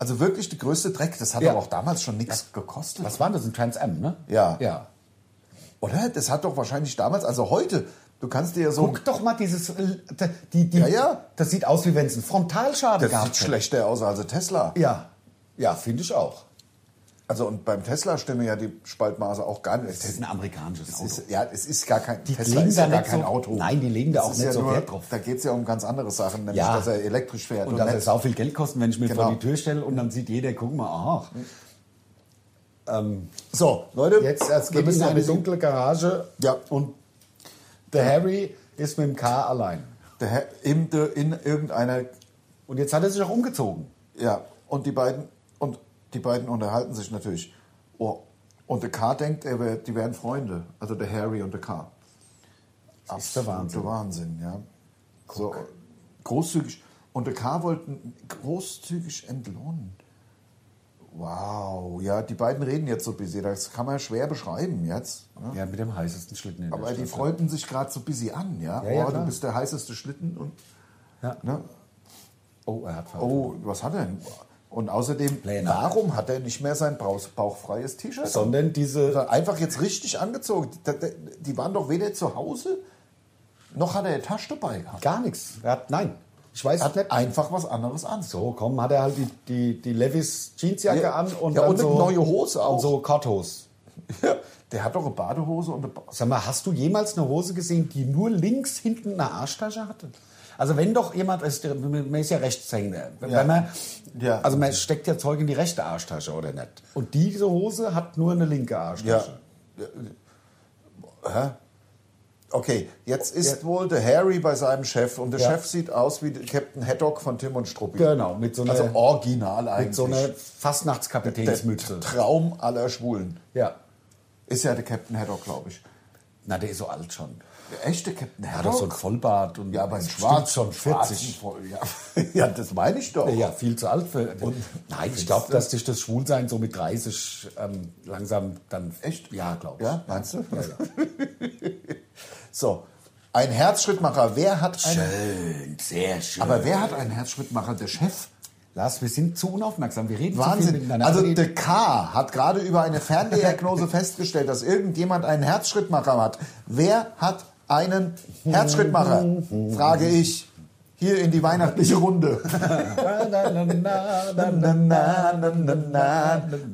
B: Also wirklich der größte Dreck. Das hat
C: Ja.
B: aber auch damals schon nichts gekostet.
C: Was war das? Ein Trans M, ne?
B: Ja.
C: Ja.
B: Oder? Das hat doch wahrscheinlich damals, also heute, du kannst dir ja so
C: Guck doch mal dieses. äh, Die, die,
B: Ja, ja.
C: Das sieht aus, wie wenn es einen Frontalschaden
B: Das
C: gab.
B: sieht schlechter aus
C: also
B: als ein Tesla.
C: Ja. Ja, finde ich auch.
B: Also und beim Tesla stimmen ja die Spaltmaße auch gar nicht.
C: Das ist ein amerikanisches Auto.
B: Es ist, ja, es ist gar kein
C: Die
B: Tesla
C: legen
B: ist
C: da
B: ja gar
C: nicht
B: kein
C: so-
B: Auto.
C: Nein, die legen da
B: Das
C: auch
B: ist
C: nicht
B: ja
C: so
B: nur-
C: Wert drauf.
B: Da geht es ja um ganz andere Sachen, nämlich
C: Ja.
B: dass er elektrisch fährt.
C: und dass
B: nicht-
C: es sau viel Geld kosten, wenn ich mir
B: Genau.
C: vor die Tür stelle und dann sieht jeder, guck mal, aha. Ähm,
B: so, Leute,
C: Jetzt
B: wir
C: es geht
B: müssen
C: in
B: ein
C: eine
B: bisschen-
C: dunkle Garage
B: Ja.
C: und der Harry ist mit dem K allein.
B: Der Herr, in, de- in irgendeiner,
C: Und jetzt hat er sich auch umgezogen.
B: ja, und die beiden und die beiden unterhalten sich natürlich. Oh. Und der K denkt, er wär, die wären Freunde, also der Harry und der K.
C: Das ist der Wahnsinn.
B: Wahnsinn, ja. So, großzügig. Und der K wollten großzügig entlohnen. Wow, ja, die beiden reden jetzt so busy. Das kann man schwer beschreiben jetzt. Ne?
C: Ja, mit dem heißesten Schlitten in der
B: Aber die
C: Stadt.
B: freuten sich gerade so busy an, ja.
C: Ja, ja,
B: oh, du
C: klar.
B: bist der heißeste Schlitten und.
C: Ja.
B: Ne?
C: Oh, er hat oh.
B: Oh, was hat er denn? Und außerdem,
C: Pläne.
B: warum hat er nicht mehr sein braus- bauchfreies T-Shirt? an?
C: Sondern diese.
B: Sondern Einfach jetzt richtig angezogen. Da- da- Die waren doch weder zu Hause, noch hat er eine Tasche dabei gehabt.
C: Gar nichts. Er hat, nein. Ich weiß es nicht.
B: hat einfach was anderes an.
C: So, komm, hat er halt die, die, die Levis Jeansjacke
B: Ja.
C: an und
B: Ja,
C: dann
B: und eine
C: so,
B: neue Hose auch.
C: Und so Korthose.
B: Ja, der hat doch eine Badehose und eine ba
C: Sag mal, hast du jemals eine Hose gesehen, die nur links hinten eine Arschtasche hatte? Also wenn doch jemand, ist, man ist ja Rechtshängender, wenn
B: Ja.
C: man,
B: Ja.
C: also man steckt ja Zeug in die rechte Arschtasche, oder nicht? Und diese Hose hat nur eine linke Arschtasche.
B: Ja. äh, Hä? Okay, jetzt ist wohl der Harry bei seinem Chef und der
C: Ja.
B: Chef sieht aus wie der Captain Haddock von Tim und Struppi.
C: Genau, mit so einer-
B: Also original
C: Mit
B: eigentlich.
C: so einer
B: der
C: Fastnachtskapitänsmütze.
B: Traum aller Schwulen.
C: Ja.
B: Ist ja der Captain Haddock, glaube ich.
C: Na, der ist so alt schon.
B: Der echte Captain
C: Hat doch so
B: Haddock?
C: ein Vollbart und
B: ja, aber ein
C: Stimmt
B: schwarz
C: schon 40.
B: Ja. ja, *laughs* das meine ich doch.
C: Äh, Ja, viel zu alt für. nein, ich glaube, dass dich das Schwulsein so mit 30 ähm, langsam dann.
B: Echt?
C: Ja, glaube ich.
B: Ja, meinst du? Ja, ja. *laughs* so, ein Herzschrittmacher. Wer hat einen?
C: Schön, Äh, sehr schön.
B: Aber wer hat einen Herzschrittmacher? Der Chef?
C: Lars, wir sind zu unaufmerksam. Wir reden zu viel
B: Wahnsinn.
C: miteinander.
B: Also
C: Wir reden-
B: der K hat gerade über eine Ferndiagnose *laughs* festgestellt, dass irgendjemand einen Herzschrittmacher hat. Wer hat einen Herzschrittmacher? Frage ich. Hier in die weihnachtliche Runde.
C: *laughs*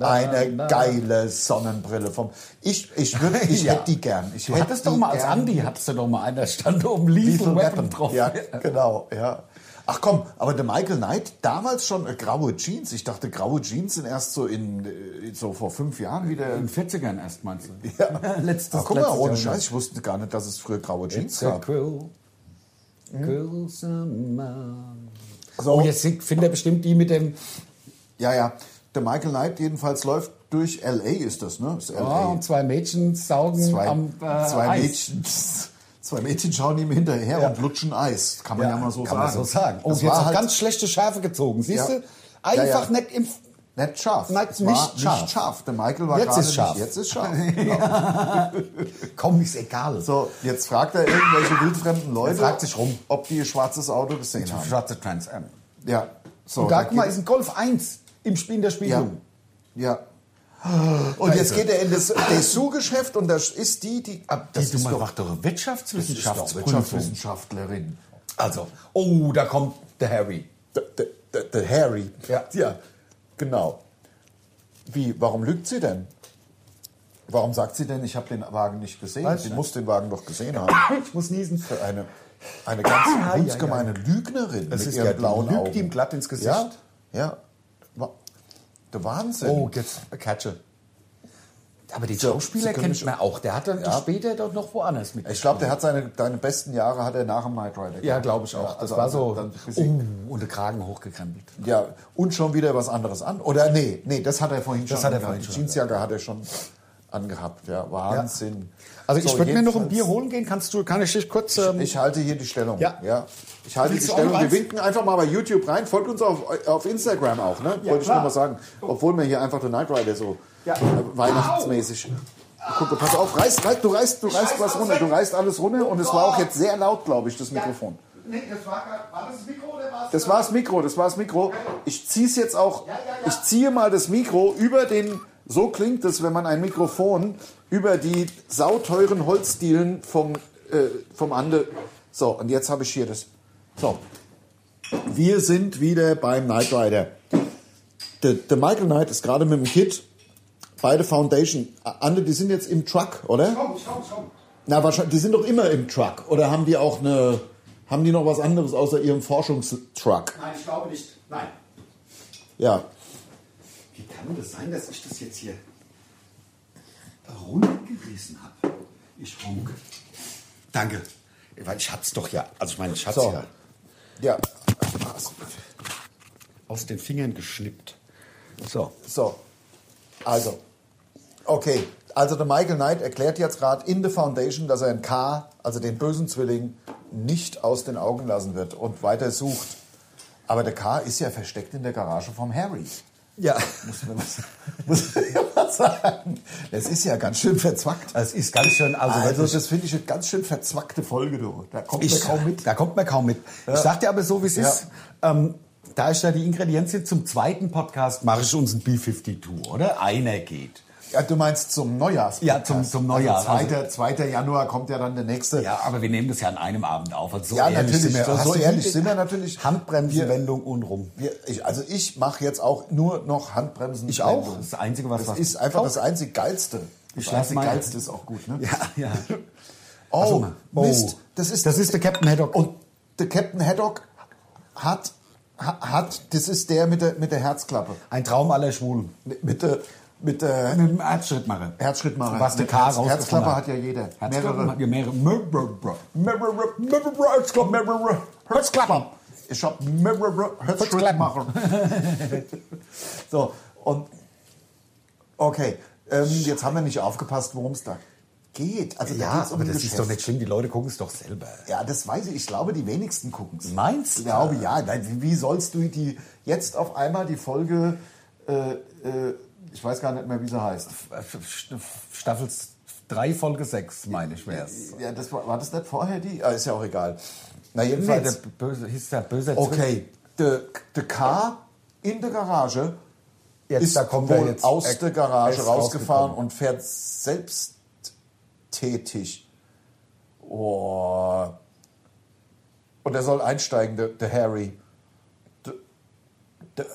B: Eine geile Sonnenbrille vom. Ich,
C: *laughs*
B: ich würde, ich
C: Ja.
B: hätte die gern. Ich
C: Du
B: hätte
C: hattest doch
B: die
C: mal als
B: gern.
C: Andi, hattest du doch mal einen, da stand oben Lethal Weapon drauf. *laughs*
B: Ja, genau, ja. Ach komm, aber der Michael Knight, damals schon äh, graue Jeans. Ich dachte, graue Jeans sind erst so in äh, so vor fünf Jahren wieder.
C: In den 40ern erst, meinst du?
B: Ja.
C: *laughs* Letztes,
B: Ach, guck mal,
C: letztes
B: ohne
C: Jahr.
B: Scheiß, ich wusste gar nicht, dass es früher graue Jeans
C: It's a
B: gab.
C: cruel, cruel summer.
B: Hm? So.
C: Oh, jetzt findet er bestimmt die mit dem...
B: Ja, ja. Der Michael Knight jedenfalls läuft durch L.A. ist das, ne? Ist
C: Ah,
B: L.A.
C: und zwei Mädchen saugen
B: zwei,
C: am äh,
B: zwei
C: Eis.
B: Mädchen. *laughs* Zwei Mädchen schauen ihm hinterher und lutschen Eis. Kann man ja, mal so
C: kann
B: sagen.
C: man so sagen. Oh,
B: das
C: jetzt
B: war
C: hat
B: halt
C: ganz schlechte Schärfe gezogen, siehst
B: Ja.
C: du? Einfach
B: Ja, ja.
C: nicht im...
B: nicht scharf.
C: Nein,
B: Es war
C: nicht scharf.
B: nicht scharf. Der Michael war
C: Jetzt
B: gerade
C: ist scharf.
B: Nicht, jetzt ist scharf.
C: *laughs* Komm, ist egal.
B: So, jetzt fragt er irgendwelche wildfremden Leute,
C: fragt sich rum.
B: ob die ihr schwarzes Auto gesehen haben.
C: Schwarze Trans Am.
B: Ja. So,
C: Und da,
B: dann
C: guck mal,
B: geht-
C: ist ein Golf 1 im Spiel in der
B: ja.
C: Spielung.
B: ja. Und jetzt geht er in das Dessous-Geschäft und das ist die, die. Ah, das
C: Die, du
B: ist
C: mal
B: doch
C: macht doch
B: das ist doch
C: Wirtschaftsprüfung.
B: Wirtschaftswissenschaftlerin.
C: Also, oh, da kommt der Harry.
B: Der, der, der, der Harry.
C: Ja.
B: ja, genau. Wie, warum lügt sie denn? Warum sagt sie denn, ich habe den Wagen nicht gesehen?
C: Weiß
B: sie
C: nicht.
B: muss den Wagen doch gesehen haben.
C: Ich muss niesen.
B: Für eine, eine
C: Ah,
B: ganz hundsgemeine Lügnerin
C: Das
B: mit
C: ist
B: ihren
C: ja, die
B: blauen
C: lügt
B: Augen.
C: ihm glatt ins Gesicht.
B: Ja, ja. Wa- Der Wahnsinn.
C: Oh, jetzt Catche. Aber den Schauspieler
B: Sie können
C: kennt
B: mich-
C: man auch. Der hat dann später doch noch woanders mit.
B: ich glaube, der hat seine deine besten Jahre hat er nach dem Night Rider.
C: ja,
B: gehabt.
C: glaube ich auch.
B: Ja,
C: das
B: also
C: war so.
B: dann- dann-
C: Oh, und der Kragen hochgekrempelt.
B: Ja, und schon wieder was anderes an. Oder nee, nee, das hat er vorhin schon
C: Das hat er
B: angehabt.
C: vorhin
B: Die
C: schon
B: Jeansjacke hat er schon angehabt. Ja, Wahnsinn.
C: Also
B: So,
C: ich würde mir noch ein
B: jedenfalls-
C: Bier holen gehen. Kannst du? Kann ich dich kurz? Ähm,
B: Ich halte hier die Stellung.
C: Ja.
B: Ich halte
C: Willst
B: die
C: du auch
B: Stellung.
C: noch
B: Wir
C: eins?
B: winken einfach mal bei YouTube rein. Folgt uns auf, auf Instagram auch, ne? Wollte ich
C: klar.
B: nur mal sagen. Obwohl wir hier einfach den Night Rider so
C: Ja.
B: äh, weihnachtsmäßig. Guck, pass auf, reißt, reißt, du reißt, du reißt was runter. Du reißt alles runter und es war
C: Oh.
B: auch jetzt sehr laut, glaube ich, das Mikrofon.
D: Nee, das war, grad- war das Mikro oder war
B: Das war das Mikro, das war das Mikro. Ich ziehe es jetzt auch. Ich ziehe mal das Mikro über den. So klingt es, wenn man ein Mikrofon über die sauteuren Holzdielen vom, äh, vom Ande. So, und jetzt habe ich hier das. So. Wir sind wieder beim Knight Rider. Der, der Michael Knight ist gerade mit dem Kit bei der Foundation. Ande, die sind jetzt im Truck, oder?
D: Komm, komm, komm.
B: Na, wahrscheinlich, die sind doch immer im Truck. Oder haben die auch eine. Haben die noch was anderes außer ihrem Forschungstruck?
D: Nein, ich glaube nicht. Nein.
B: Ja,
D: Wie kann das sein, dass ich das jetzt hier rundgerissen habe? Ich honk.
C: danke. Weil ich hat's doch ja. Also ich meine, ich hat's
B: So.
C: ja
B: ja.
C: aus den Fingern geschnippt. So.
B: So, also, okay. Also der Michael Knight erklärt jetzt gerade in The Foundation, dass er einen K, also den bösen Zwilling, nicht aus den Augen lassen wird und weiter sucht. Aber der K ist ja versteckt in der Garage vom Harry.
C: Ja.
B: Muss man, was- muss man ja mal sagen. Das ist ja ganz schön verzwackt.
C: Das ist ganz schön. Also,
B: Also
C: wirklich-
B: das finde ich eine ganz schön verzwackte Folge, du. Da kommt
C: ich,
B: man kaum mit.
C: Da kommt man kaum mit. Ich sag dir aber so, wie es
B: Ja.
C: ist. Ähm, da ich da die Ingredienzien zum zweiten Podcast mache ich uns ein B52, oder? Einer geht.
B: Ja, du meinst zum Neujahrs?
C: Ja, zum- zum Neujahr.
B: Also 2. 2. Januar kommt ja dann der nächste.
C: Ja, aber wir nehmen das ja an einem Abend auf. Also so
B: Ja,
C: ehrlich
B: natürlich,
C: Sind wir,
B: so-
C: Hast
B: so
C: du
B: ehrlich
C: die-
B: sind wir natürlich. Wir-
C: Handbremsenwendung und rum.
B: Wir, ich, also ich mache jetzt auch nur noch Handbremsen.
C: Ich auch. Das ist das Einzige, was-
B: Das
C: was-
B: ist einfach
C: Auch.
B: das einzig Geilste.
C: Ich
B: das
C: lass
B: einzig
C: mal-
B: Geilste ist auch gut, ne?
C: ja. Warte
B: Oh,
C: mal.
B: Mist.
C: Oh.
B: Das ist,
C: *laughs* Das ist der Captain Haddock.
B: Und der Captain Haddock hat, ha- hat das ist der mit der, mit der Herzklappe.
C: Ein Traum aller Schwulen.
B: Mit der, mit äh,
C: Mit dem Herzschrittmacher.
B: Herzschrittmacher.
C: Was der
B: Mit
C: K
B: Herz-
C: rausgefunden
B: Herzklapper hat ja jeder.
C: Herzklappen
B: Mehrere.
C: hat ja mehrere. Mehrere.
B: Mehrere- mehrere Herzklappen, mehrere Herzklappen. Ich hab mehrere Herzschrittmacher. *laughs* so, und okay, ähm, jetzt haben wir nicht aufgepasst, worum es da geht. Also, da
C: Ja,
B: geht's um
C: aber
B: ein
C: das ist
B: Geschäft.
C: doch nicht schlimm, die Leute gucken es doch selber.
B: Ja, das weiß ich. Ich glaube, die wenigsten gucken es.
C: Meinst du?
B: Ich glaube, ja. Nein, wie, wie sollst du die jetzt auf einmal die Folge, äh, äh, ich weiß gar nicht mehr, wie sie heißt.
C: Äh, Staffel 3, Folge 6, meine ich, wär's.
B: Ja, das war, war das nicht vorher die? Ah, ist ja auch egal. Na,
C: Nee,
B: jedenfalls.
C: der böse, hieß der böse
B: Okay, der de Car in der Garage
C: Jetzt,
B: ist
C: da kommt er
B: wohl
C: jetzt
B: aus
C: ex-
B: der Garage
C: ex-
B: rausgefahren
C: rausgekommen.
B: und fährt selbst tätig. Oh. Und er soll einsteigen, der, der Harry. Der, der,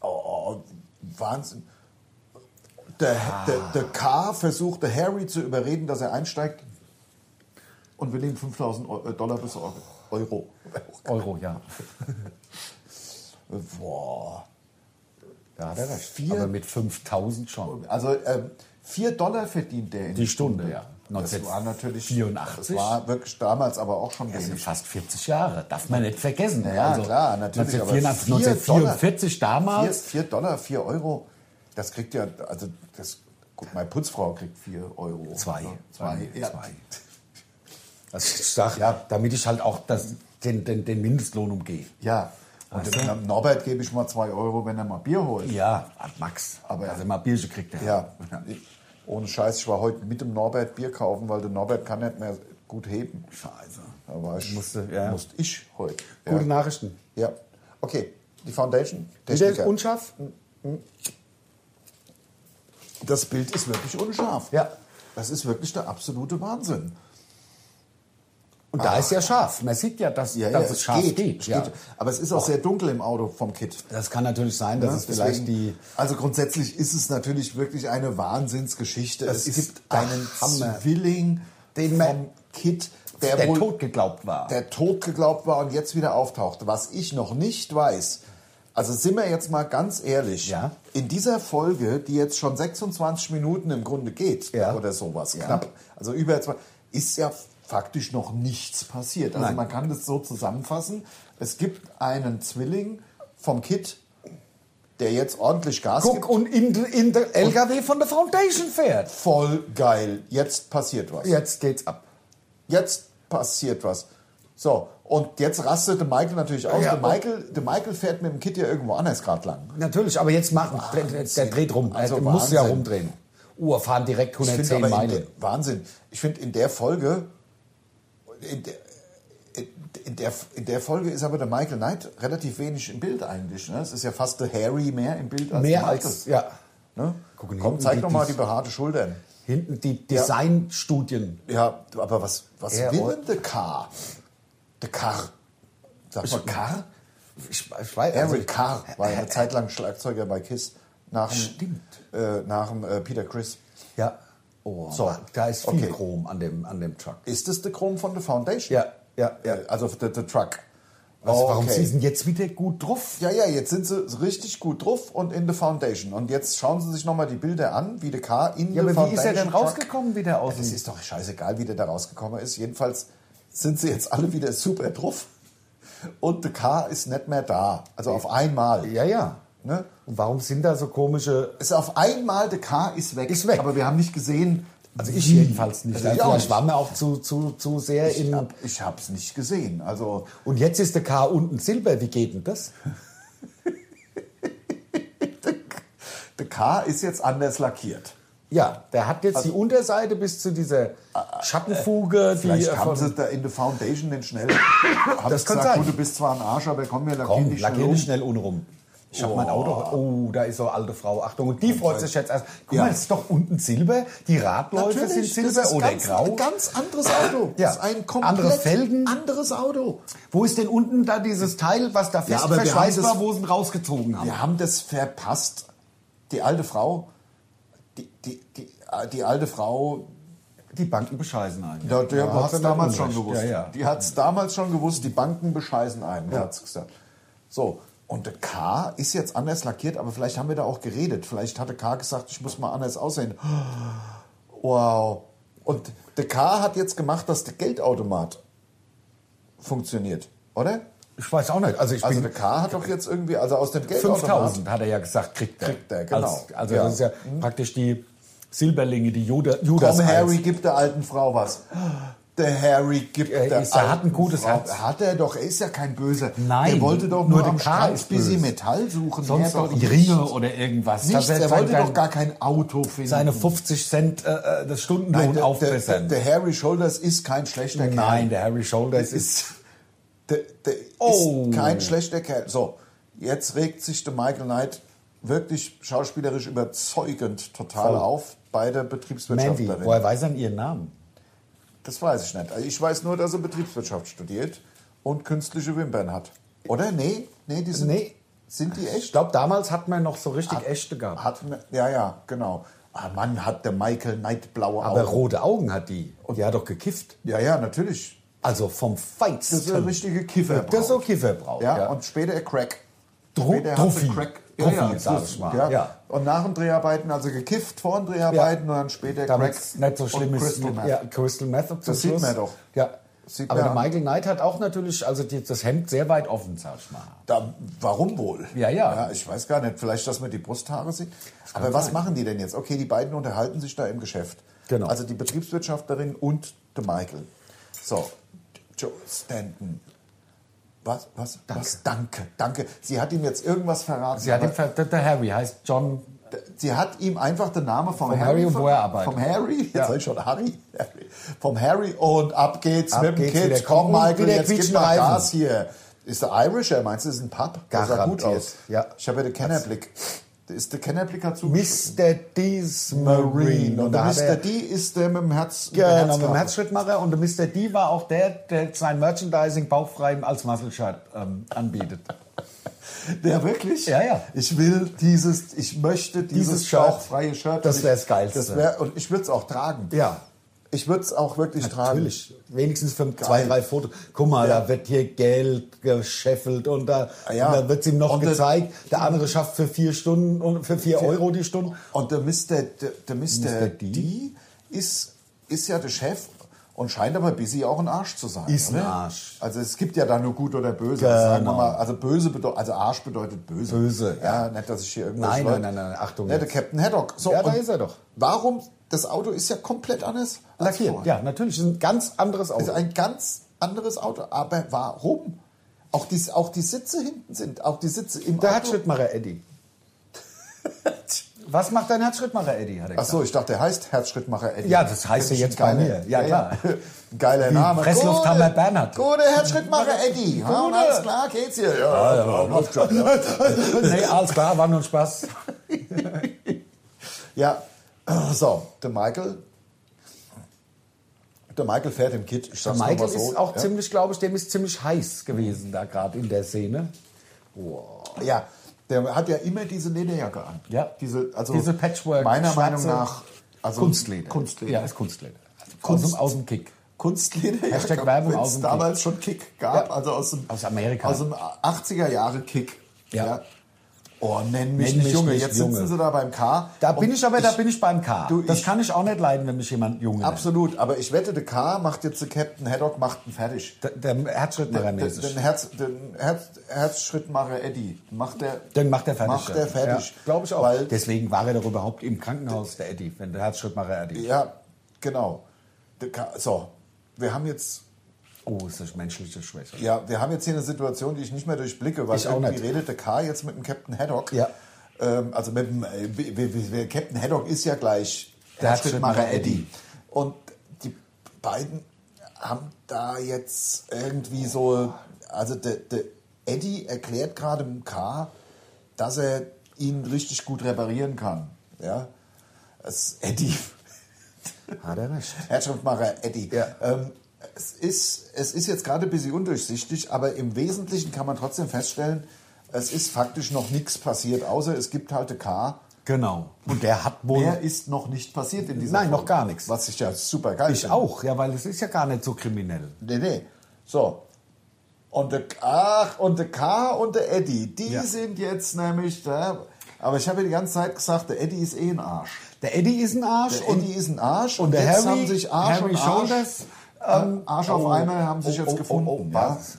B: oh, Wahnsinn. Der,
C: Ah.
B: der, der Car versucht, der Harry zu überreden, dass er einsteigt und will ihm 5000 Eu- Dollar besorgen. Euro.
C: Euro, ja.
B: Boah.
C: Da hat er recht.
B: Vier-
C: Aber mit 5000 schon.
B: Also ähm, 4 Dollar verdient der in
C: Die Stunde, ja.
B: Das war natürlich
C: 84.
B: Das war wirklich damals aber auch schon
C: Das sind
B: wenig.
C: fast 40 Jahre, darf man nicht vergessen. Also,
B: Ja, klar, natürlich, aber
C: 1984,
B: vier
C: 1944 damals.
B: 4 Dollar, 4 Euro, das kriegt ja, also das, guck, meine Putzfrau kriegt 4 Euro.
C: Zwei.
B: Ne?
C: Bei
B: Zwei,
C: mir *laughs*
B: ja.
C: zwei. Also ich sag, damit ich halt auch das, den, den, den Mindestlohn umgehe.
B: Ja, und
C: Weißt du?
B: dem Norbert gebe ich mal 2 Euro, wenn er mal Bier holt.
C: Ja, hat Max.
B: Aber-
C: also mal Bierchen kriegt er.
B: Ja, ohne Scheiß, ich war heute mit dem Norbert Bier kaufen, weil der Norbert kann nicht mehr gut heben.
C: Scheiße.
B: Aber ich
C: Musste, ja.
B: musste ich heute.
C: Gute
B: ja.
C: Nachrichten.
B: Ja, okay. Die Foundation.
C: Wieder
B: Techniker.
C: unscharf?
B: Das Bild ist wirklich unscharf.
C: Ja.
B: Das ist wirklich der absolute Wahnsinn.
C: Und da ist ja scharf. Man sieht Ah. ja, dass,
B: Ja,
C: dass
B: ja,
C: es scharf geht.
B: es
C: Ja.
B: geht. Aber es ist auch sehr dunkel im Auto vom Kit.
C: Das kann natürlich sein, dass
B: Ne?
C: es vielleicht die.
B: Deswegen- also grundsätzlich ist es natürlich wirklich eine Wahnsinnsgeschichte.
C: Das
B: es
C: ist
B: gibt
C: der
B: einen
C: Hammer.
B: Zwilling
C: Den man-
B: vom Kit,
C: Der,
B: der, wohl
C: tot geglaubt war.
B: der tot geglaubt war und jetzt wieder auftaucht. Was ich noch nicht weiß, also sind wir jetzt mal ganz ehrlich,
C: Ja.
B: in dieser Folge, die jetzt schon 26 Minuten im Grunde geht
C: Ja.
B: oder sowas, knapp, also über zwei, ist ja faktisch noch nichts passiert. Also
C: Nein.
B: man kann das so zusammenfassen, es gibt einen Zwilling vom Kid, der jetzt ordentlich Gas
C: Guck,
B: gibt.
C: und in, de- in der LKW von der Foundation fährt.
B: Voll geil, jetzt passiert was.
C: Jetzt geht's ab.
B: jetzt passiert was. So, und jetzt rastete Michael natürlich aus.
C: Ja, oh.
B: der, Michael, der Michael fährt mit dem Kit ja irgendwo anders gerade lang.
C: Natürlich, aber jetzt machen. Der, der dreht rum.
B: Also
C: er muss ja
B: Wahnsinn.
C: rumdrehen. Uhr fahren direkt
B: Ich
C: 110
B: finde aber in
C: Meilen.
B: der, Wahnsinn. Ich finde in der Folge, in der, in, in, der, in der Folge ist aber der Michael Knight relativ wenig im Bild eigentlich. Ne? Es ist ja fast der Harry mehr im Bild als der
C: Mehr
B: Michael.
C: als. Ja.
B: ne?
C: Guck mal,
B: Komm,
C: hinten
B: zeig
C: die-
B: doch mal
C: die-
B: die behaarte Schultern.
C: Hinten die Designstudien.
B: Ja, aber was, was
C: Ja, oh.
B: will
C: oder-
B: denn der K? Der Karr. Sag mal Karr?
C: Ich, ich weiß. also-
B: Eric Carr war ja eine Zeit lang Schlagzeuger bei Kiss. Nach dem, Äh, nach dem äh, Peter Chris.
C: Ja. Oh,
B: So.
C: da ist viel
B: Okay.
C: Chrom an dem, an dem Truck.
B: Ist das der Chrom von The Foundation?
C: Ja, ja, ja.
B: Äh, Also der, der Truck.
C: Was,
B: Oh,
C: Warum sie sind jetzt wieder gut drauf?
B: Ja, ja, jetzt sind sie richtig gut drauf und in The Foundation. Und jetzt schauen sie sich nochmal die Bilder an, wie der Car in The
C: Ja, aber wie
B: Foundation
C: ist er denn
B: Truck-
C: rausgekommen wieder aus?
B: Ja, das ist doch scheißegal, wie der da rausgekommen ist. Jedenfalls sind sie jetzt alle wieder super drauf. Und der Car ist nicht mehr da. Also auf einmal.
C: ja, ja.
B: Ne?
C: Und warum sind da so komische.
B: ist auf einmal, der Car ist weg.
C: Ist weg.
B: Aber wir haben nicht gesehen.
C: Also ich jedenfalls nicht.
B: Also
C: Also
B: ich auch
C: vielleicht
B: nicht.
C: waren wir auch zu, zu, zu sehr
B: Ich
C: in.
B: hab, ich hab's nicht gesehen. Also
C: Und jetzt ist der K unten Silber. Wie geht denn das?
B: der Car ist jetzt anders lackiert.
C: Ja, der hat jetzt die Unterseite bis zu dieser Schattenfuge, die
B: Vielleicht
C: Also- Ah, äh,
B: haben
C: von-
B: sie da in der Foundation den schnell. haben
C: Das
B: sie
C: kann
B: gesagt,
C: sein.
B: Du, du bist zwar ein Arsch, aber komm, wir lackieren
C: Komm,
B: dich schnell
C: lackier
B: um.
C: dich schnell unrum. Ich hab mein Auto. Oh, da ist so eine alte Frau. Achtung, und die freut sich jetzt erst. Guck
B: Ja.
C: mal, es ist doch unten Silber. Die Radläufe sind
B: Natürlich,
C: Silber
B: das ist
C: oder
B: ganz,
C: Grau.
B: Ein ganz anderes Auto.
C: Ja.
B: Das ist ein komplett
C: Andere Felgen.
B: anderes Auto.
C: Wo ist denn unten da dieses Teil, was da fest
B: aber wir
C: verschweißt
B: haben das-
C: war, wo sie ihn rausgezogen haben?
B: um. Wir haben das verpasst. Die alte Frau, die, die, die, äh, die alte Frau,
C: Die Banken bescheißen einen.
B: Ja, der
C: Da
B: hat's
C: hat sie
B: damals
C: nicht
B: schon
C: Unrecht.
B: gewusst.
C: Ja, ja.
B: Die hat es damals schon gewusst, die Banken bescheißen einen, ja. hat's gesagt. So, Und der K ist jetzt anders lackiert, aber vielleicht haben wir da auch geredet. Vielleicht hatte K gesagt, ich muss mal anders aussehen. Wow. Und der K hat jetzt gemacht, dass der Geldautomat funktioniert, oder?
C: Ich weiß auch nicht. Also ich
B: Also
C: bin
B: der K hat doch jetzt irgendwie, also aus dem Geldautomat.
C: 5000 hat er ja gesagt, kriegt er.
B: Kriegt er, genau.
C: Als, also
B: Ja.
C: das ist ja praktisch die Silberlinge, die Judas. Judas halt.
B: Komm, Harry, gib der alten Frau was. Der Harry gibt
C: Er
B: der
C: ist- er hat ein
B: alten
C: gutes
B: Frau-
C: Herz.
B: Hat er doch, er ist ja kein Böser.
C: Nein,
B: Er wollte doch
C: nur
B: nur,
C: der
B: am
C: K
B: Strand
C: ist
B: bisschen
C: böse.
B: Metall suchen.
C: Sonst
B: Mehr
C: doch
B: nicht.
C: Ringe oder irgendwas. Das
B: Nichts, er
C: ist
B: wollte
C: sein-
B: doch gar kein Auto finden.
C: seine 50 Cent äh, äh, das Stundenlohn
B: Nein, der, der, der,
C: aufbessern.
B: der Harry Shoulders ist kein schlechter Kerl.
C: Nein, der Harry Shoulders
B: Das
C: ist.
B: ist, der, der
C: Oh.
B: ist kein schlechter Kerl. So, jetzt regt sich der Michael Knight wirklich schauspielerisch überzeugend total
C: Voll.
B: auf bei der
C: Mandy,
B: Betriebswirtschaftlerin.
C: woher weiß er denn ihren Namen?
B: Das weiß ich nicht. Also Ich weiß nur, dass er Betriebswirtschaft studiert und künstliche Wimpern hat. Oder? Nee, nee, die sind,
C: Nee.
B: sind die
C: Ich
B: echt?
C: glaube, damals hat man noch so richtig
B: Ah,
C: echte gehabt.
B: Hat, ne, ja, ja, genau. Ah, Mann, hat der Michael Knight blaue
C: Aber
B: Augen.
C: rote Augen hat die. Die hat doch gekifft.
B: Ja, ja, natürlich.
C: Also vom Feinsten.
B: Das ist eine richtige Kiffer.
C: Das ist so Kifferbrau.
B: ja, und später Crack.
C: Dro-
B: Später hat sie
C: Trophy.
B: Crack.
C: Trophy,
B: ja, ja,
C: sag
B: das-
C: ich mal.
B: Ja.
C: Ja.
B: Und nach den Dreharbeiten, also gekifft vor den Dreharbeiten und dann später
C: damit
B: Crack.
C: es nicht so schlimm
B: und
C: ist.
B: Crystal
C: mit-
B: Meth.
C: Ja, Crystal Meth. zum
B: Das sieht
C: Schluss.
B: man doch.
C: Ja.
B: Sieht
C: Aber
B: man
C: der
B: an.
C: Michael Knight hat auch natürlich, also die, das Hemd sehr weit offen, sag ich mal.
B: Da, warum wohl?
C: Ja, ja.
B: Ich weiß gar nicht. Vielleicht, dass man die Brusthaare sieht. Aber was machen die denn jetzt? Okay, die beiden unterhalten sich da im Geschäft.
C: Genau.
B: Also die Betriebswirtschafterin und der Michael. So, Joe Stanton. Was? Was? Danke. Was? Danke. Danke. Sie hat ihm jetzt irgendwas verraten.
C: Sie hat
B: aber
C: den, Ver- der- der Harry heißt John.
B: d- sie hat ihm einfach den Namen
C: Vom
B: vom, Harry
C: Harry und
B: ver-
C: wo er arbeitet.
B: Vom Harry? Jetzt
C: Ja.
B: sag ich schon Harry. Harry. Vom Harry und ab geht's
C: Ab
B: mit dem
C: geht's
B: Kind.
C: wieder.
B: Komm,
C: Komm,
B: Michael,
C: wieder
B: jetzt gib mal
C: quietschenreifen.
B: Gas hier. Ist der Irisher? Meinst du, das ist ein Pub? Der sah gut
C: Garantiert.
B: aus.
C: Ja.
B: Ich habe ja den Kennerblick. Ist der Kennerblick dazu?
C: Mr. D's
B: Marine.
C: Marine.
B: Und der
C: da hat
B: Mr.
C: er-
B: D ist der mit dem Herz. mit der
C: Genau, mit dem
B: Herzklappe.
C: Herzschrittmacher. Und der Mr. D war auch der, der sein Merchandising bauchfrei als Muscle Shirt ähm, anbietet.
B: Ja, wirklich?
C: Ja, ja.
B: Ich will dieses, ich möchte dieses,
C: Dieses Shirt.
B: bauchfreie Shirt.
C: Das
B: Und ich-
C: wär's Geilste.
B: Das wär, und ich würde es auch tragen.
C: Ja.
B: Ich würde es auch wirklich tragen.
C: Natürlich. Wenigstens für zwei, drei Fotos. Guck mal,
B: Ja.
C: da wird hier Geld gescheffelt und da,
B: Ah, ja.
C: und da wird es ihm noch
B: Und der-
C: gezeigt. Der andere schafft für vier Stunden und für vier Euro die Stunde.
B: Und der Mr. Der, der Mr.
C: Mr.
B: D,
C: D?
B: ist, ist ja der Chef und scheint aber busy auch ein Arsch zu sein.
C: Ist ein
B: oder?
C: Arsch. Genau.
B: Also es gibt ja da nur gut oder böse. Sagen wir mal, also böse bedeutet, also Arsch bedeutet böse.
C: Böse,
B: Ja, nicht, dass ich hier irgendwas
C: Nein, nein, nein, nein, Achtung
B: Ja, der
C: jetzt.
B: Captain Haddock. So,
C: Ja, da
B: und
C: ist er doch.
B: Warum? Das Auto ist ja komplett anders als vorher.
C: Ja, natürlich. Das ist ein ganz anderes Auto.
B: ist ein ganz anderes Auto. Aber warum? Auch die, auch die Sitze hinten sind, auch die Sitze im
C: Der
B: Auto.
C: Herzschrittmacher
B: *laughs*
C: Eddie. Was macht dein Herzschrittmacher Eddie? Hat er
B: Ach so, ich dachte, der heißt Herzschrittmacher Eddie.
C: Ja, das heißt
B: Find
C: er
B: ich
C: jetzt
B: ein
C: bei
B: geiler-
C: mir. Ja, klar.
B: *laughs* Ein geiler Name.
C: Presslufthammer
B: Gute-
C: Bernhard.
B: Gute Herzschrittmacher Eddie. Ja, und
C: Gute.
B: alles klar, geht's hier. Ja, ja, läuft schon, ja.
C: gesagt. *laughs* nee, alles klar, war nur ein Spaß.
B: ja, *clears throat* so, der Michael. Der Michael fährt im Kit. Ich sag's
C: Michael
B: noch mal so.
C: ist auch
B: ja.
C: ziemlich, glaube ich, dem ist ziemlich heiß gewesen da gerade in der Szene.
B: Ja, der hat ja immer diese Lederjacke an.
C: Ja.
B: Diese, also
C: Diese Patchwork-
B: Meiner
C: schwarze
B: Meinung nach. Also
C: Kunstleder.
B: Kunstleder.
C: Ja, ist Kunstleder. Also
B: Kunst-
C: Aus, dem, aus dem Kick.
B: Kunstleder.
C: Hashtag
B: ja,
C: Werbung
B: wenn's
C: aus dem Kick.
B: damals schon Kick gab, also aus dem,
C: Aus Amerika.
B: Aus dem 80er Jahre Kick.
C: Ja.
B: Oh, nenn mich
C: Nenn
B: nicht
C: mich
B: Junge.
C: nicht
B: Jetzt
C: Junge.
B: sitzen sie da beim K.
C: Da bin
B: Und
C: ich aber, da bin ich beim K.
B: Du,
C: das
B: ich-
C: kann ich auch nicht leiden, wenn mich jemand jung nennt.
B: Absolut, aber ich wette, der K macht jetzt der Captain Haddock, macht ihn fertig.
C: Der, der Herzschrittmacher
B: Den,
C: mäßig.
B: den, Herz, den Herz, Herzschrittmacher Eddie macht der,
C: Dann macht er fertig.
B: Macht er fertig.
C: Ja, Glaube ich auch.
B: Weil
C: Deswegen war er doch überhaupt im Krankenhaus, der Eddie, wenn der Herzschrittmacher Eddie.
B: Ja, genau. Der Ka- So, wir haben jetzt,
C: Oh, ist das menschliche Schwäche.
B: ja, wir haben jetzt hier eine Situation, die ich nicht mehr durchblicke, weil
C: Ich auch
B: irgendwie
C: nicht.
B: redet der K jetzt mit dem Captain Haddock.
C: Ja.
B: Ähm, also mit dem äh, wie- wie- wie- Captain Haddock ist ja gleich
C: Der
B: Herzschrittmacher
C: Herzschrittmacher Eddie.
B: Eddie. Und die beiden haben da jetzt irgendwie so, also der, der Eddie erklärt gerade dem K, dass er ihn richtig gut reparieren kann. Ja, das Eddie.
C: Hat er recht.
B: Herrschriftmacher Eddie.
C: Ja.
B: Ähm, es, ist, es ist jetzt gerade ein bisschen undurchsichtig, aber im Wesentlichen kann man trotzdem feststellen, es ist faktisch noch nichts passiert, außer es gibt halt eine K.
C: Genau. Und der hat wohl.
B: Mehr ist noch nicht passiert in dieser
C: Nein,
B: Folge.
C: noch gar nichts.
B: Was ich ja super geil
C: ich
B: finde.
C: auch, ja, weil es ist ja gar nicht so kriminell.
B: Nee, nee. So. Und der, ach, und der K und der Eddie, die
C: Ja.
B: sind jetzt nämlich da. Aber ich habe ja die ganze Zeit gesagt, der Eddie ist eh ein Arsch.
C: Der Eddie ist ein Arsch
B: Der
C: und
B: Eddie ist ein Arsch
C: und der
B: jetzt
C: Harry-
B: haben sich Arsch
C: Harry
B: und Arsch,
C: Shoulders,
B: ähm, Arsch auf
C: oh,
B: einmal haben sich
C: oh,
B: jetzt
C: oh,
B: gefunden.
C: oh, oh,
B: ja.
C: was?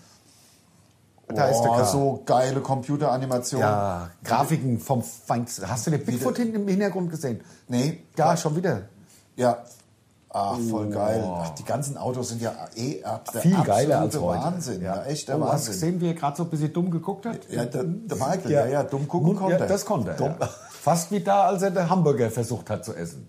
C: Da ist der
B: Boah,
C: K.
B: so geile Computeranimation.
C: ja, Grafiken vom Feinsten. Hast du den Bigfoot hinten im Hintergrund gesehen?
B: Nee,
C: Ja, schon wieder.
B: ja. Ach, voll geil. Ach, die ganzen Autos sind ja eh ab der
C: Oh. Viel geiler als
B: absolute
C: heute.
B: Wahnsinn. Ja. echt der
C: oh, hast du
B: Wahnsinn.
C: gesehen, wie er gerade so ein bisschen dumm geguckt hat?
B: Ja, der, der Michael, ja. ja, dumm gucken
C: Nun,
B: konnte.
C: Ja, das konnte er.
B: Dumm.
C: Ja. Fast wie da, als er den Hamburger versucht hat zu essen.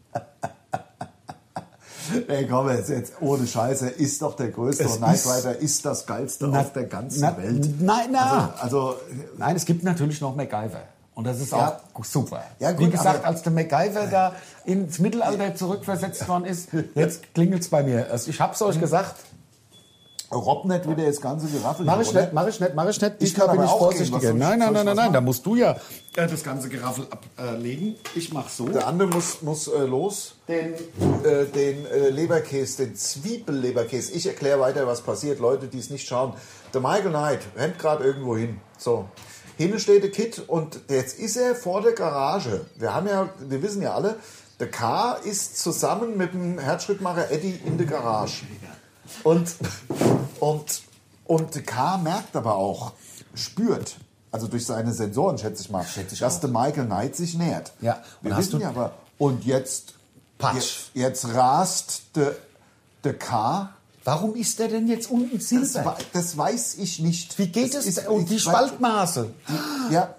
B: Ey, komm jetzt, jetzt ohne Scheiße, ist doch der größte.
C: Es
B: Und Knight
C: ist-
B: Rider ist das geilste auf der ganzen
C: na-
B: Welt.
C: Nein, na.
B: Also, also
C: Nein, es gibt natürlich noch MacGyver. Und das ist
B: Ja.
C: auch super.
B: Ja, gut,
C: Wie gesagt,
B: aber-
C: als der MacGyver da ins Mittelalter zurückversetzt worden ist, jetzt klingelt es bei mir. Also ich hab's
B: Hm.
C: euch gesagt.
B: robb nicht wieder das ganze Geraffel.
C: Mach
B: hier
C: ich
B: runter.
C: nicht, mach ich nicht, mach ich nicht.
B: Ich kann
C: bin
B: aber
C: ich
B: auch gehen, was
C: vorsichtiger.
B: soll ich-
C: Nein,
B: soll
C: nein,
B: ich
C: nein,
B: was
C: nein, nein,
B: machen?
C: da musst du ja äh, das ganze Geraffel ablegen. ich mach so.
B: Der andere muss, muss äh, los. Den, äh, den äh, Leberkäse, den Zwiebelleberkäse. Ich erkläre weiter, was passiert. Leute, die es nicht schauen. Der Michael Knight rennt gerade irgendwo hin. So. Hinten steht der Kid und jetzt ist er vor der Garage. Wir haben ja, wir wissen ja alle, der K ist zusammen mit dem Herzschrittmacher Eddie in der Garage. Und, und, und der K merkt aber auch, spürt, also durch seine Sensoren, schätze ich mal, dass der Michael Knight sich nähert.
C: Ja,
B: Wir
C: und hast
B: wissen
C: du-
B: ja aber, und jetzt,
C: Patsch.
B: jetzt, jetzt rast der de K.
C: Warum ist der denn jetzt unten
B: Das,
C: silber?
B: wei- das weiß ich nicht.
C: Wie geht
B: Das
C: es?
B: ist-
C: Und die
B: ich
C: Spaltmaße.
B: weiß- Ja.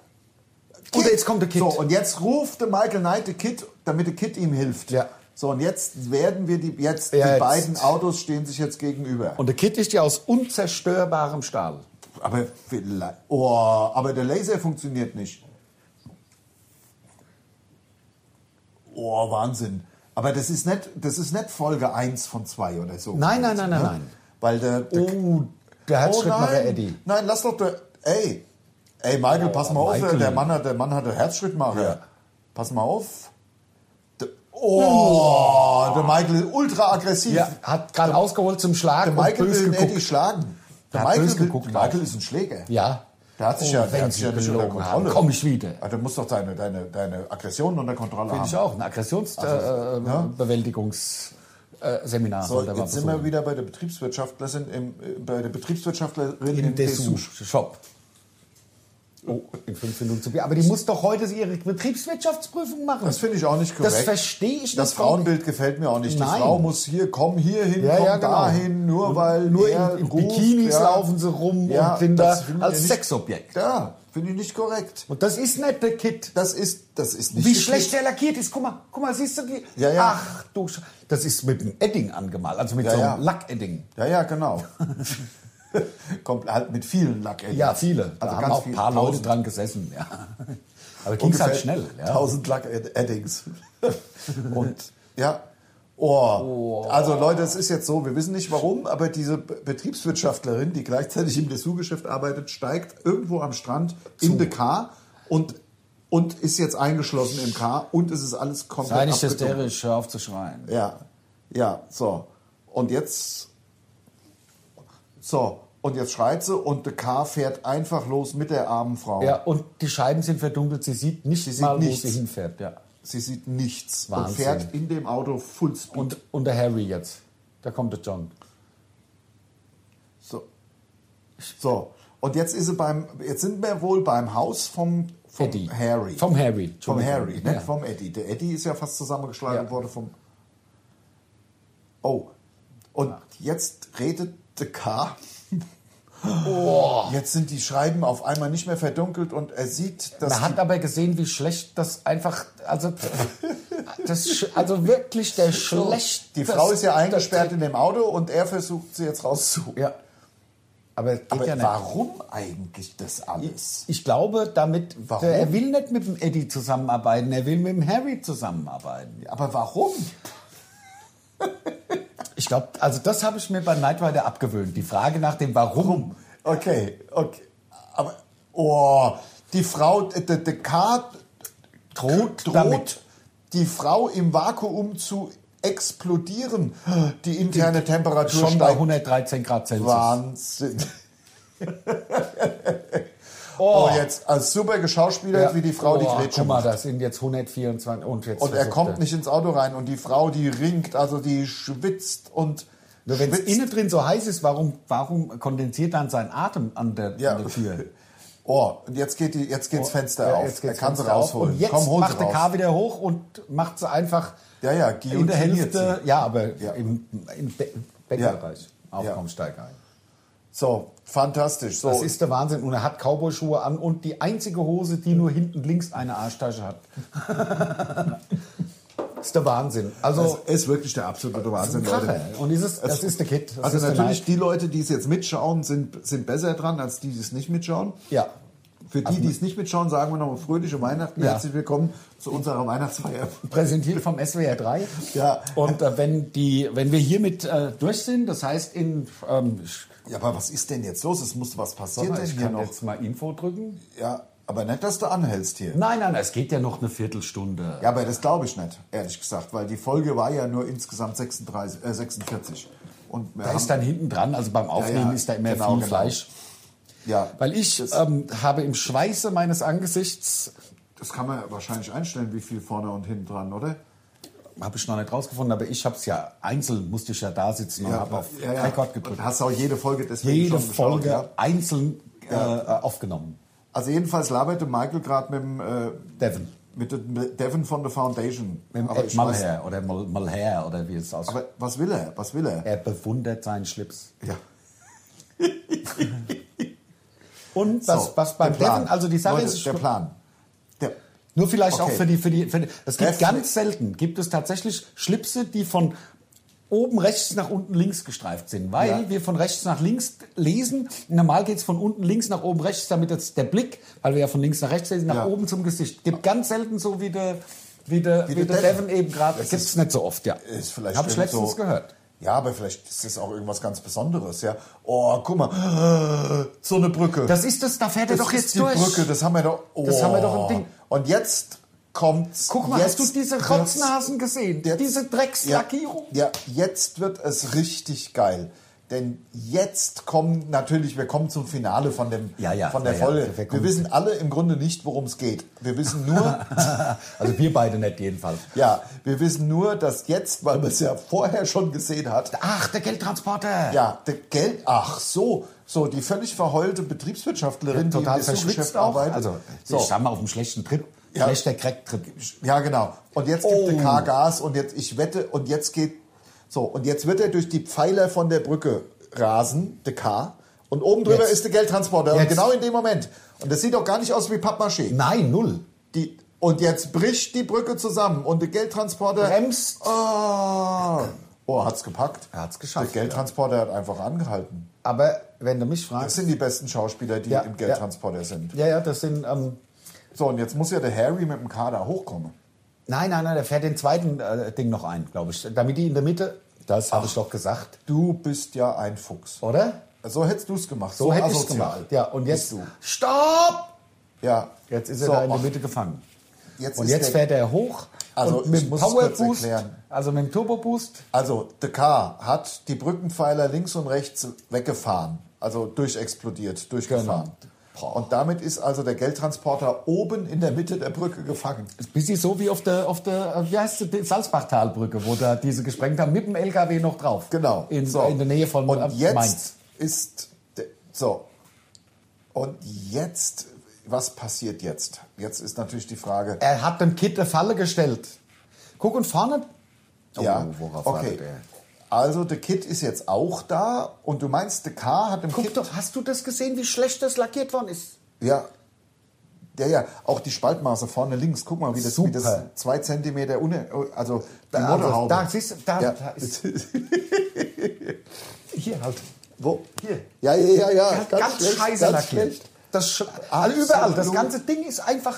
C: Und jetzt kommt der Kid.
B: So, und jetzt ruft der Michael Knight den Kid, damit der Kid ihm hilft.
C: Ja.
B: So, und jetzt werden wir die, jetzt, die
C: Jetzt.
B: beiden Autos stehen sich jetzt gegenüber.
C: Und der Kit ist ja aus unzerstörbarem Stahl.
B: Aber vielleicht. Oh, aber der Laser funktioniert nicht. Oh, Wahnsinn. Aber das ist nicht, das ist nicht Folge 1 von 2 oder so.
C: Nein, nein, nein, nein, nein.
B: Weil der. der
C: Oh, der Herzschrittmacher Eddie.
B: Nein, lass doch der. Ey. Ey, Michael, pass mal auf,
C: Michael.
B: der Mann hat, der Mann hat einen Herzschrittmacher.
C: Ja.
B: Pass mal auf. Der- Oh, der Michael ist ultra aggressiv.
C: Ja, hat gerade ausgeholt zum Schlag
B: Der
C: und
B: Michael
C: bös
B: will den
C: geguckt.
B: Eddie schlagen. Der
C: Der hat
B: Michael,
C: böse
B: will,
C: geguckt
B: der
C: auch.
B: Michael ist ein Schläger.
C: Ja.
B: Der hat sich
C: Oh,
B: ja, der
C: wenn
B: hat sich
C: Sie
B: ja nicht unter
C: gelogen haben,
B: Kontrolle.
C: komm ich wieder. Ah.
B: Ah, Du musst doch deine, deine, deine Aggressionen unter Kontrolle
C: Finde
B: haben.
C: ich auch. Ein Also, äh, Aggressionsbewältigungsseminar.
B: So, jetzt sind wir wieder bei der Betriebswirtschaftlerin im, äh, bei der Betriebswirtschaftlerin
C: im
B: im Dessous.
C: Dessous-Shop. Oh, in fünf Minuten zu viel. Aber die muss doch heute ihre Betriebswirtschaftsprüfung machen.
B: Das finde ich auch nicht korrekt.
C: Das verstehe ich
B: Das
C: nicht.
B: Frauenbild gefällt mir auch nicht. Die
C: Nein.
B: Frau muss hier, komm hier hin,
C: Ja,
B: komm
C: ja, genau.
B: dahin, nur weil
C: Nur
B: er
C: in, in
B: ruft,
C: Bikinis
B: ja.
C: laufen sie rum
B: Ja,
C: und sind
B: das
C: da
B: finde ich
C: als
B: nicht-
C: Sexobjekt.
B: Ja, finde ich nicht korrekt.
C: Und das ist nicht der Kit.
B: Das ist, das ist nicht
C: Wie
B: geschickt.
C: schlecht der lackiert ist. Guck mal, guck mal, siehst du die?
B: Ja, ja.
C: Ach du Sch Das ist mit einem Edding angemalt, also mit
B: Ja,
C: so
B: ja.
C: einem Lackedding.
B: Ja, ja, genau. *laughs* Kommt halt mit vielen Lack.
C: Ja, viele. Da
B: Also
C: haben
B: ganz
C: auch ein
B: viele.
C: paar Leute
B: Tausend.
C: dran gesessen. Ja. *laughs* Aber ging es halt schnell. Ja.
B: 1000 Lack-Addings. *laughs* Und ja. Oh. Also Leute, es ist jetzt so, wir wissen nicht warum, aber diese Be- Betriebswirtschaftlerin, die gleichzeitig im Dessous-Geschäft arbeitet, steigt irgendwo am Strand in de Car und, und ist jetzt eingeschlossen im Car und es ist alles komplett
C: Sei nicht
B: abgedunkelt.
C: hysterisch, hör auf zu schreien.
B: Ja, ja, so. Und jetzt. So, und jetzt schreit sie und der K fährt einfach los mit der armen Frau.
C: Ja, und die Scheiben sind verdunkelt, sie sieht nicht
B: sieht
C: mal,
B: nichts.
C: wo sie hinfährt. Ja.
B: Sie sieht nichts und
C: Wahnsinn.
B: fährt in dem Auto Fullspeed.
C: Und, und der Harry jetzt. Da kommt der John.
B: So. so. Und jetzt ist sie beim. Jetzt sind wir wohl beim Haus vom, vom
C: Eddie.
B: Harry.
C: Vom Harry. ne?
B: Vom
C: Entschuldigung.
B: Harry, nicht
C: Ja.
B: vom Eddie. Der Eddie ist ja fast zusammengeschlagen
C: Ja.
B: worden vom. Oh. Und jetzt redet der K.
C: Oh.
B: Jetzt sind die Scheiben auf einmal nicht mehr verdunkelt und er sieht, dass
C: Man hat aber gesehen, wie schlecht das einfach, also, das, sch- also wirklich der schlecht.
B: die, die Frau ist ja eingesperrt in dem Auto und er versucht sie jetzt rauszuholen.
C: Ja. Aber, geht
B: Aber
C: ja nicht.
B: warum eigentlich das alles?
C: Ich glaube, damit,
B: Warum?
C: Der, er will nicht mit dem Eddie zusammenarbeiten, er will mit dem Harry zusammenarbeiten.
B: Aber warum?
C: Ich glaube, also das habe ich mir bei Knight Rider abgewöhnt. Die Frage nach dem Warum.
B: Okay, okay. Aber, oh, die Frau, der de K
C: Droht
B: droht,
C: damit.
B: die Frau im Vakuum zu explodieren. Die interne Temperatur
C: Schon bei
B: steigt.
C: 113 Grad Celsius.
B: Wahnsinn. Oh, jetzt als super geschauspielert,
C: Ja.
B: wie die Frau die
C: Oh,
B: Grätsche
C: Guck mal,
B: macht.
C: das sind jetzt 124 und jetzt.
B: Und er
C: versucht
B: kommt nicht ins Auto rein und die Frau, die ringt, also die schwitzt und
C: Nur wenn es innen drin so heiß ist, warum, warum kondensiert dann sein Atem an der,
B: Ja.
C: an der Tür?
B: Oh, und jetzt geht die, jetzt geht's *laughs* Fenster
C: Oh, Ja,
B: auf.
C: jetzt
B: er
C: geht's
B: kann sie
C: Fenster auf.
B: rausholen.
C: Und jetzt
B: Komm, hol
C: macht
B: sie
C: der
B: raus.
C: K wieder hoch und macht sie einfach
B: Ja, ja,
C: in der
B: guillotiniert
C: Hälfte, ja, aber
B: Ja.
C: im, im Be Bäckerbereich. Auf
B: Ja.
C: komm, steig ein.
B: So, fantastisch. So,
C: Das ist der Wahnsinn. Und er hat Cowboy-Schuhe an und die einzige Hose, die nur hinten links eine Arschtasche hat. *laughs* das ist der Wahnsinn. Also,
B: Das ist wirklich der absolute Wahnsinn,
C: ein Kracher.
B: Leute.
C: Und ist es- das ist der Kid. Das
B: also
C: ist der
B: natürlich
C: Knight.
B: die Leute, die es jetzt mitschauen, sind, sind besser dran, als die, die es nicht mitschauen.
C: ja.
B: Für die, die es nicht mitschauen, sagen wir nochmal fröhliche Weihnachten.
C: Also Ja.
B: Herzlich willkommen zu unserer Weihnachtsfeier.
C: Präsentiert vom SWR 3.
B: Ja.
C: Und äh, wenn, die, wenn wir hiermit äh, durch sind, das heißt in... Ähm,
B: Ja, aber was ist denn jetzt los? Es muss was passieren denn
C: ich
B: hier
C: kann
B: noch.
C: jetzt mal Info drücken.
B: Ja, aber nicht, dass du anhältst hier.
C: Nein, nein, es geht ja noch eine Viertelstunde.
B: Ja, aber das glaube ich nicht, ehrlich gesagt, weil die Folge war ja nur insgesamt 36, äh, 46. Und wir
C: Da ist dann hinten dran, also beim Aufnehmen
B: Ja, ja,
C: ist da immer
B: genau,
C: viel
B: genau.
C: Fleisch.
B: ja,
C: Weil ich ähm, habe im Schweiße meines Angesichts,
B: das kann man wahrscheinlich einstellen, wie viel vorne und hinten dran, oder?
C: habe ich noch nicht rausgefunden, aber ich habe es ja einzeln, musste ich ja da sitzen und habe auf Rekord gedrückt.
B: Und hast auch jede Folge deswegen
C: Jede
B: schon
C: Folge
B: Geschaut, ja?
C: einzeln äh, aufgenommen.
B: Also jedenfalls laberte Michael gerade mit dem äh,
C: Devin.
B: mit dem Devin von der Foundation.
C: Mit
B: aber
C: Ed
B: ich weiß,
C: Malher oder Mal Malher oder wie es aussieht.
B: aber was will er? Was will er?
C: er bewundert seinen Schlips.
B: Ja.
C: Und was,
B: So,
C: was beim
B: der Plan.
C: Devin, also die Sache
B: Leute,
C: ist,
B: der Plan. Der,
C: Nur vielleicht auch
B: Okay.
C: für die, für die, für die es gibt
B: Öffne-
C: ganz selten, gibt es tatsächlich Schlipse, die von oben rechts nach unten links gestreift sind, weil
B: Ja.
C: wir von rechts nach links lesen. Normal geht es von unten links nach oben rechts, damit jetzt der Blick, weil wir ja von links nach rechts lesen, nach
B: Ja.
C: oben zum Gesicht. Gibt ganz selten so wie der, wie der, wie
B: der
C: der
B: Devin.
C: Devin eben gerade. Gibt es nicht so oft, ja.
B: ist vielleicht
C: Habe ich
B: irgend
C: letztens
B: so-
C: gehört.
B: Ja, aber vielleicht ist das auch irgendwas ganz Besonderes, ja. Oh, guck mal, *gasps* so eine Brücke.
C: Das ist das, da fährt er
B: Das
C: doch
B: ist
C: jetzt
B: die
C: durch.
B: Brücke, das haben wir doch. Oh.
C: Das haben wir doch im Ding.
B: Und jetzt kommt's.
C: Guck mal,
B: jetzt
C: hast du diese
B: wird's-
C: Rotznasen gesehen?
B: jetzt-
C: diese Dreckslackierung?
B: Ja, ja, jetzt wird es richtig geil. Denn jetzt kommen natürlich, wir kommen zum Finale von, dem,
C: Ja, ja,
B: von der
C: ja, ja,
B: Folge.
C: wir
B: wir,
C: kommen-
B: wissen alle im Grunde nicht, worum es geht. Wir
C: *laughs*
B: wissen nur,
C: Also wir beide nicht jedenfalls.
B: ja, wir wissen nur, dass jetzt, weil man es ja vorher schon gesehen hat,
C: Ach, der Geldtransporter.
B: Ja, der Geld, ach so, so die völlig verheulte Betriebswirtschaftlerin, die
C: total
B: im Geschäft
C: verschwitzt auch.
B: arbeitet.
C: Also,
B: so.
C: ich sag mal, auf einem schlechten Trip.
B: Ja.
C: Schlechter Crack-Trip.
B: ja genau. Und jetzt gibt
C: Oh.
B: der K Gas und jetzt ich wette und jetzt geht so und jetzt wird er durch die Pfeiler von der Brücke rasen, der K. Und oben drüber
C: Jetzt.
B: ist der Geldtransporter und
C: Jetzt.
B: genau in dem Moment. Und das sieht doch gar nicht aus wie Pappmaché.
C: Nein, null.
B: Die und jetzt bricht die Brücke zusammen und der Geldtransporter
C: Bremst.
B: Oh, oh hat's gepackt.
C: Er hat's geschafft,
B: Der Geldtransporter hat einfach angehalten.
C: Aber wenn du mich
B: Das
C: fragst.
B: sind die besten Schauspieler, die
C: Ja,
B: im Geldtransporter sind.
C: Ja, ja, das sind. Ähm,
B: So, und jetzt muss ja der Harry mit dem Kader hochkommen.
C: nein, nein, nein, der fährt den zweiten äh, Ding noch ein, glaube ich. Damit die in der Mitte. Das habe ich doch gesagt.
B: Du bist ja ein Fuchs.
C: Oder?
B: So hättest du es gemacht.
C: So, hätte ich es
B: asozial.
C: gemacht. Ja, und jetzt.
B: Bist
C: Stopp!
B: Ja.
C: Jetzt ist er
B: So,
C: da in der
B: ach,
C: Mitte gefangen.
B: Jetzt
C: Und
B: ist
C: jetzt
B: der,
C: fährt er hoch.
B: Also,
C: und
B: ich
C: mit dem
B: muss es
C: Power
B: kurz
C: Boost.
B: erklären.
C: Also mit dem Turbo Boost.
B: Also, der K hat die Brückenpfeiler links und rechts weggefahren. Also durchexplodiert, durchgefahren.
C: Genau.
B: Und damit ist also der Geldtransporter oben in der Mitte der Brücke gefangen.
C: Ist Bisschen so wie auf der, auf der äh, wie heißt die, Salzbachtalbrücke, wo da diese gesprengt haben, mit dem LKW noch drauf.
B: Genau.
C: In,
B: So.
C: in der Nähe von
B: und
C: äh,
B: jetzt
C: Mainz.
B: ist de- so und jetzt was passiert jetzt? Jetzt ist natürlich die Frage.
C: Er hat dem Kid eine Falle gestellt. Guck und vorne. Oh,
B: ja,
C: worauf
B: okay.
C: wartet er?
B: Also der Kid ist jetzt auch da und du meinst, der K hat dem
C: Guck
B: Kid
C: doch, hast du das gesehen, wie schlecht das lackiert worden ist?
B: ja ja, ja, auch die Spaltmaße vorne links, guck mal, wie das, wie
C: Super.
B: das zwei Zentimeter, une, also die
C: Da,
B: Motorhaube.
C: da, siehst du, da,
B: ja.
C: da
B: *laughs*
C: ist- Hier halt.
B: Wo?
C: Hier.
B: Ja, ja, ja, ja.
C: Ganz, ganz scheiße lackiert. Das sch also
B: Absolut.
C: überall. Das ganze Ding ist einfach.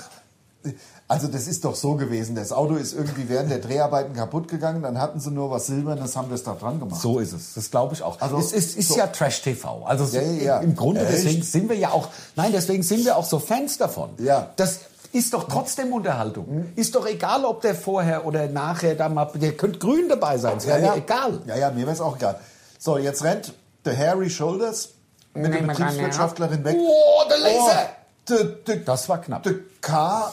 B: Also das ist doch so gewesen. Das Auto ist irgendwie während der Dreharbeiten kaputt gegangen, dann hatten sie nur was Silbernes, haben das da dran gemacht.
C: So ist es. Das glaube ich auch.
B: Also,
C: es ist, ist
B: so-
C: ja Trash-TV. Also so
B: Ja, ja, ja.
C: im Grunde
B: Echt?
C: deswegen sind wir ja auch. Nein, deswegen sind wir auch so Fans davon.
B: Ja. Mhm.
C: Das ist doch trotzdem Unterhaltung. Ist doch egal, ob der vorher oder nachher da mal. Der könnte grün dabei sein. Es wäre mir egal.
B: Ja, ja, mir wäre es auch egal. So, jetzt rennt der Harry Shoulders mit dem Betriebswirtschaftler hinweg.
D: Oh, der Laser!
B: Das
C: Das war knapp.
B: De K.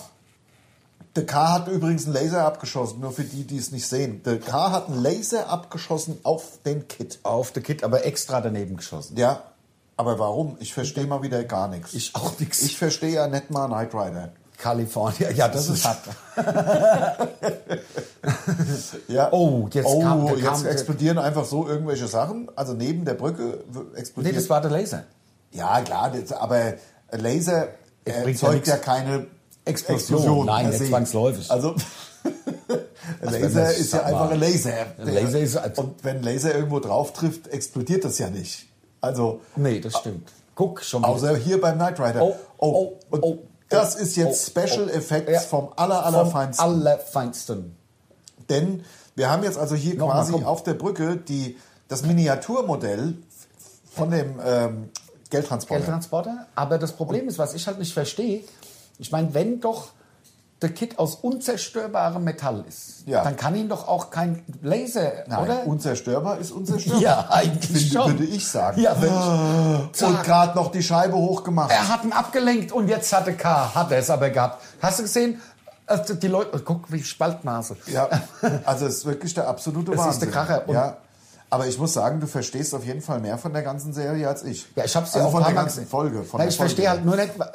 B: De K hat übrigens einen Laser abgeschossen, nur für die, die es nicht sehen. De K hat einen Laser abgeschossen auf den Kit.
C: Auf der Kit, aber extra daneben geschossen.
B: Ja, aber warum? Ich verstehe mal wieder gar nichts. Ich,
C: auch nix.
B: verstehe ja nicht mal Knight Rider.
C: Kalifornien. Ja, das ist
B: *laughs*
C: hart.
B: Ja.
C: Oh, jetzt
B: oh,
C: kam- da
B: jetzt
C: kam-
B: explodieren einfach so irgendwelche Sachen. Also neben der Brücke w-
C: Nee,
B: explodiert.
C: das war der Laser.
B: ja, klar, das, aber Laser
C: Es bringt ja
B: erzeugt
C: nix.
B: ja, keine
C: Explosion.
B: Explosion.
C: Nein,
B: per
C: nicht
B: se.
C: zwangsläufig.
B: Also. *laughs*
C: wenn
B: Laser
C: man-
B: ist ja
C: sag mal,
B: einfach ein Laser.
C: ein Laser ist-
B: Und wenn Laser irgendwo drauf trifft, explodiert das ja nicht. Also,
C: Nee, das stimmt. Guck, schon wieder.
B: Außer hier beim Knight Rider.
C: Oh, oh,
B: und
C: oh,
B: das
C: oh,
B: ist jetzt
C: oh,
B: Special
C: oh.
B: Effects
C: Ja.
B: vom aller, allerfeinsten.
C: Vom Allerfeinsten.
B: Denn wir haben jetzt also hier
C: Nochmal,
B: quasi
C: komm.
B: auf der Brücke die, das Miniaturmodell von dem ähm, Geldtransporter.
C: Geldtransporter. Aber das Problem ist, was ich halt nicht verstehe, ich meine, wenn doch der Kit aus unzerstörbarem Metall ist,
B: Ja.
C: dann kann ihn doch auch kein Laser,
B: Nein,
C: oder?
B: unzerstörbar ist unzerstörbar.
C: Ja, eigentlich
B: Finde-
C: schon.
B: Würde ich sagen. Ah.
C: Ja, wenn
B: und gerade noch die Scheibe hochgemacht.
C: Er hat ihn abgelenkt und jetzt hatte K. Hat er es aber gehabt. Hast du gesehen? Also die Leute, guck, wie Spaltmaße.
B: Ja, also es ist wirklich der absolute
C: Es ist
B: Wahnsinn.
C: der Kracher. Und-
B: ja. Aber ich muss sagen, du verstehst auf jeden Fall mehr von der ganzen Serie als ich.
C: *laughs* Ja, ich hab's ja
B: also
C: auch
B: von
C: ein paar
B: der
C: Mal
B: ganzen
C: gesehen.
B: Folge. Von
C: Nein,
B: der
C: ich
B: Folge.
C: verstehe halt nur nicht, wa-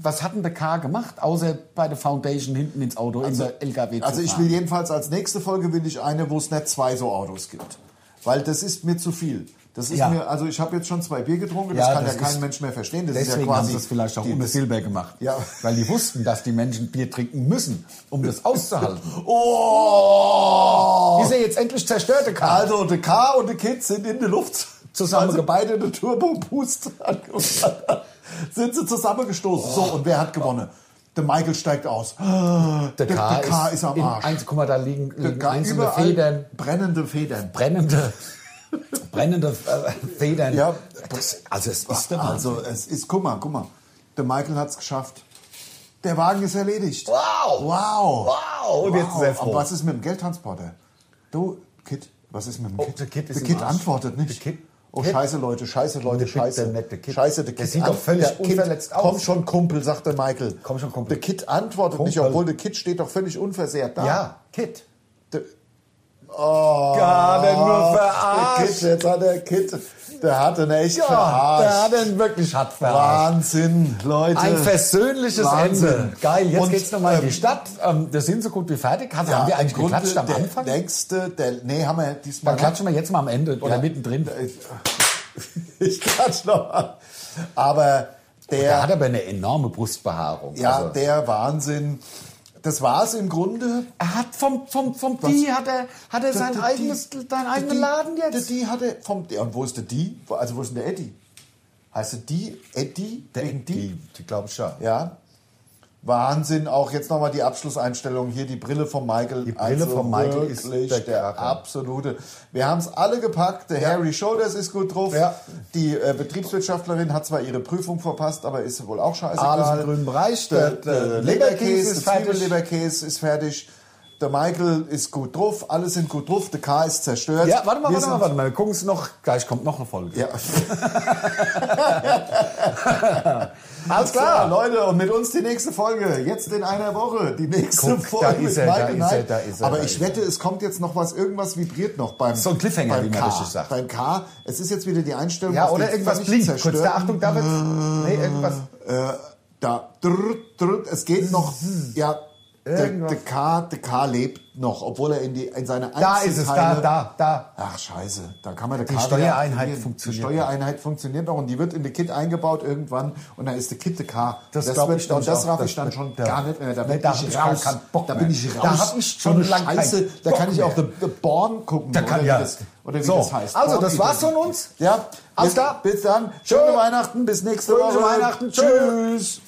C: was hat denn der K gemacht, außer bei der Foundation hinten ins Auto, in der LKW zu
B: Also ich
C: fahren.
B: will jedenfalls als nächste Folge will ich eine, wo es nicht zwei so Autos gibt, weil das ist mir zu viel. Das ist
C: Ja.
B: mir, also ich habe jetzt schon zwei Bier getrunken,
C: Ja,
B: das kann
C: das
B: ja
C: ist-
B: kein Mensch mehr verstehen. Das ist
C: Deswegen
B: ja quasi
C: haben sie es vielleicht auch
B: die-
C: ohne Silber gemacht.
B: Ja.
C: Weil die wussten, dass die Menschen Bier trinken müssen, um das *laughs* auszuhalten.
B: Oh!
C: Ist er jetzt endlich zerstörte Karl?
B: Also der K und der Kids sind in der Luft
C: Zusammen-
B: Also beide eine Turbo Boost angefangen. sind sie zusammengestoßen. So und wer hat gewonnen? Der Michael steigt aus. Der, der K ist, am
C: in
B: Arsch.
C: Eins, guck mal, da liegen,
B: Der
C: liegen
B: K-
C: einzelne
B: überall
C: Federn,
B: brennende Federn.
C: *laughs* brennende, brennende äh, Federn.
B: Ja.
C: Das, also es ist der Wahnsinn.
B: Also es ist, guck mal, guck mal. Der Michael hat's geschafft. Der Wagen ist erledigt.
C: Wow!
B: Wow!
C: Wow! Und jetzt ist er froh.
B: Aber was ist mit dem Geldtransporter? Du, Kid, was ist mit dem
C: Oh,
B: Kid?
C: der Kid ist
B: der
C: im
B: Kid
C: Arsch.
B: antwortet nicht.
C: Der Kid-
B: Oh,
C: Kid-
B: scheiße, Leute, scheiße, Leute,
C: Der Kid,
B: scheiße.
C: der nette Kid.
B: Scheiße, der
C: Der
B: Kid
C: sieht doch
B: an-
C: völlig
B: der Kid-
C: unverletzt aus.
B: Komm schon, Kumpel, sagt der Michael.
C: Komm schon, Kumpel.
B: Der Kid antwortet nicht,
C: Kumpel.
B: obwohl der Kid steht doch völlig unversehrt da.
C: Ja, Kit.
B: Der, oh,
C: Hat er nur
B: der
C: verarscht.
B: Kid, jetzt hat der Kid, der hat ihn echt
C: Ja,
B: verarscht.
C: der hat ihn wirklich hart verarscht.
B: Wahnsinn, Leute.
C: Ein versöhnliches
B: Wahnsinn.
C: Ende. Geil, jetzt
B: Und,
C: geht's nochmal in
B: ähm,
C: die Stadt. Ähm, da sind so gut wie fertig. Hat,
B: Ja,
C: haben wir eigentlich
B: im Grunde
C: geklatscht am
B: der
C: Anfang?
B: Nächste, der, nee, haben wir diesmal
C: Dann klatschen wir jetzt mal am Ende oder
B: Ja.
C: mittendrin.
B: Äh, *laughs* Ich klatsch nochmal. Aber
C: Der
B: der,
C: hat aber eine enorme Brustbehaarung.
B: ja,
C: Also,
B: der Wahnsinn. Das war's im Grunde.
C: er hat vom, vom, vom Die hat er, hat er sein
B: Die-
C: eigenes,
B: die-
C: seinen eigenen
B: die-
C: Laden jetzt.
B: Die, die hatte vom, ja, und wo ist der Die? Wo- Also wo ist denn der Eddie? Heißt der Die? Eddie? Wegen Die?
C: glaube ich schon.
B: Ja. Wahnsinn, auch jetzt nochmal die Abschlusseinstellung hier, die Brille von Michael. Die
C: Brille von Michael ist
B: wirklich
C: der
B: der,
C: Kracher.
B: absolute. Wir haben es alle gepackt, der Harry Shoulders ist gut drauf.
C: Ja.
B: Die äh, Betriebswirtschaftlerin hat zwar ihre Prüfung verpasst, aber ist wohl auch scheißegal.
C: Alles im grünen Bereich.
B: Der,
C: Der,
B: der
C: Leberkäse
B: Leberkäse,
C: ist
B: der
C: fertig.
B: Zwiebelleberkäse ist fertig. Der Michael ist gut drauf, alle sind gut drauf, der K ist zerstört.
C: Ja, warte mal, warte
B: Wir
C: mal,
B: sind-
C: warte mal. Wir gucken es noch. Gleich kommt noch eine Folge. *laughs*
B: Ja.
C: Alles
B: So, Leute, und mit uns die nächste Folge. Jetzt in einer Woche. Die nächste
C: Guck, da
B: Folge.
C: ist
B: mit
C: er, da
B: Michael
C: ist er,
B: Knight.
C: da ist er,
B: Aber
C: da
B: ich
C: ist
B: wette, es kommt jetzt noch was. Irgendwas vibriert noch beim
C: So ein Cliffhanger,
B: beim
C: wie man
B: K.
C: richtig sagt.
B: Beim K. Es ist jetzt wieder die Einstellung.
C: Ja,
B: auf
C: oder
B: den
C: irgendwas
B: völlig
C: blinkt. Kurz
B: zerstörten-
C: da, Achtung, David. Nee, irgendwas.
B: Äh, da. Drrr, drrr, es geht noch. Ja. Der,
C: Mhm. Irgendwas.
B: der, K, der K lebt noch, obwohl er in, die, in seine
C: Da ist es, da, da, da.
B: Ach scheiße, da kann man der
C: Die
B: K wieder
C: Steuereinheit
B: aktivieren.
C: funktioniert
B: Die Steuereinheit funktioniert noch und die wird in die Kit eingebaut irgendwann und dann ist die Kit die K.
C: Das glaub
B: wird-
C: ich dann
B: und das
C: auch.
B: raff
C: Das-
B: ich dann schon
C: da-
B: gar nicht mehr. Da
C: Nee,
B: bin
C: da hab
B: ich
C: ich gar
B: raus.
C: keinen Bock
B: da
C: mehr.
B: bin ich raus.
C: Da hab ich schon
B: So eine
C: lang keinen
B: Scheiße. Da
C: Bock
B: kann ich auch The,
C: mehr.
B: the Born gucken
C: Da kann
B: oder
C: ja.
B: wie das, oder wie
C: So,
B: das heißt.
C: also,
B: Born
C: das war's
B: Identity.
C: von uns.
B: Ja,
C: Alles
B: bis,
C: klar.
B: Bis dann. Schöne
C: Tschö.
B: Weihnachten. Bis nächste
C: Fröhliche
B: Woche.
C: Weihnachten.
B: Tschüss.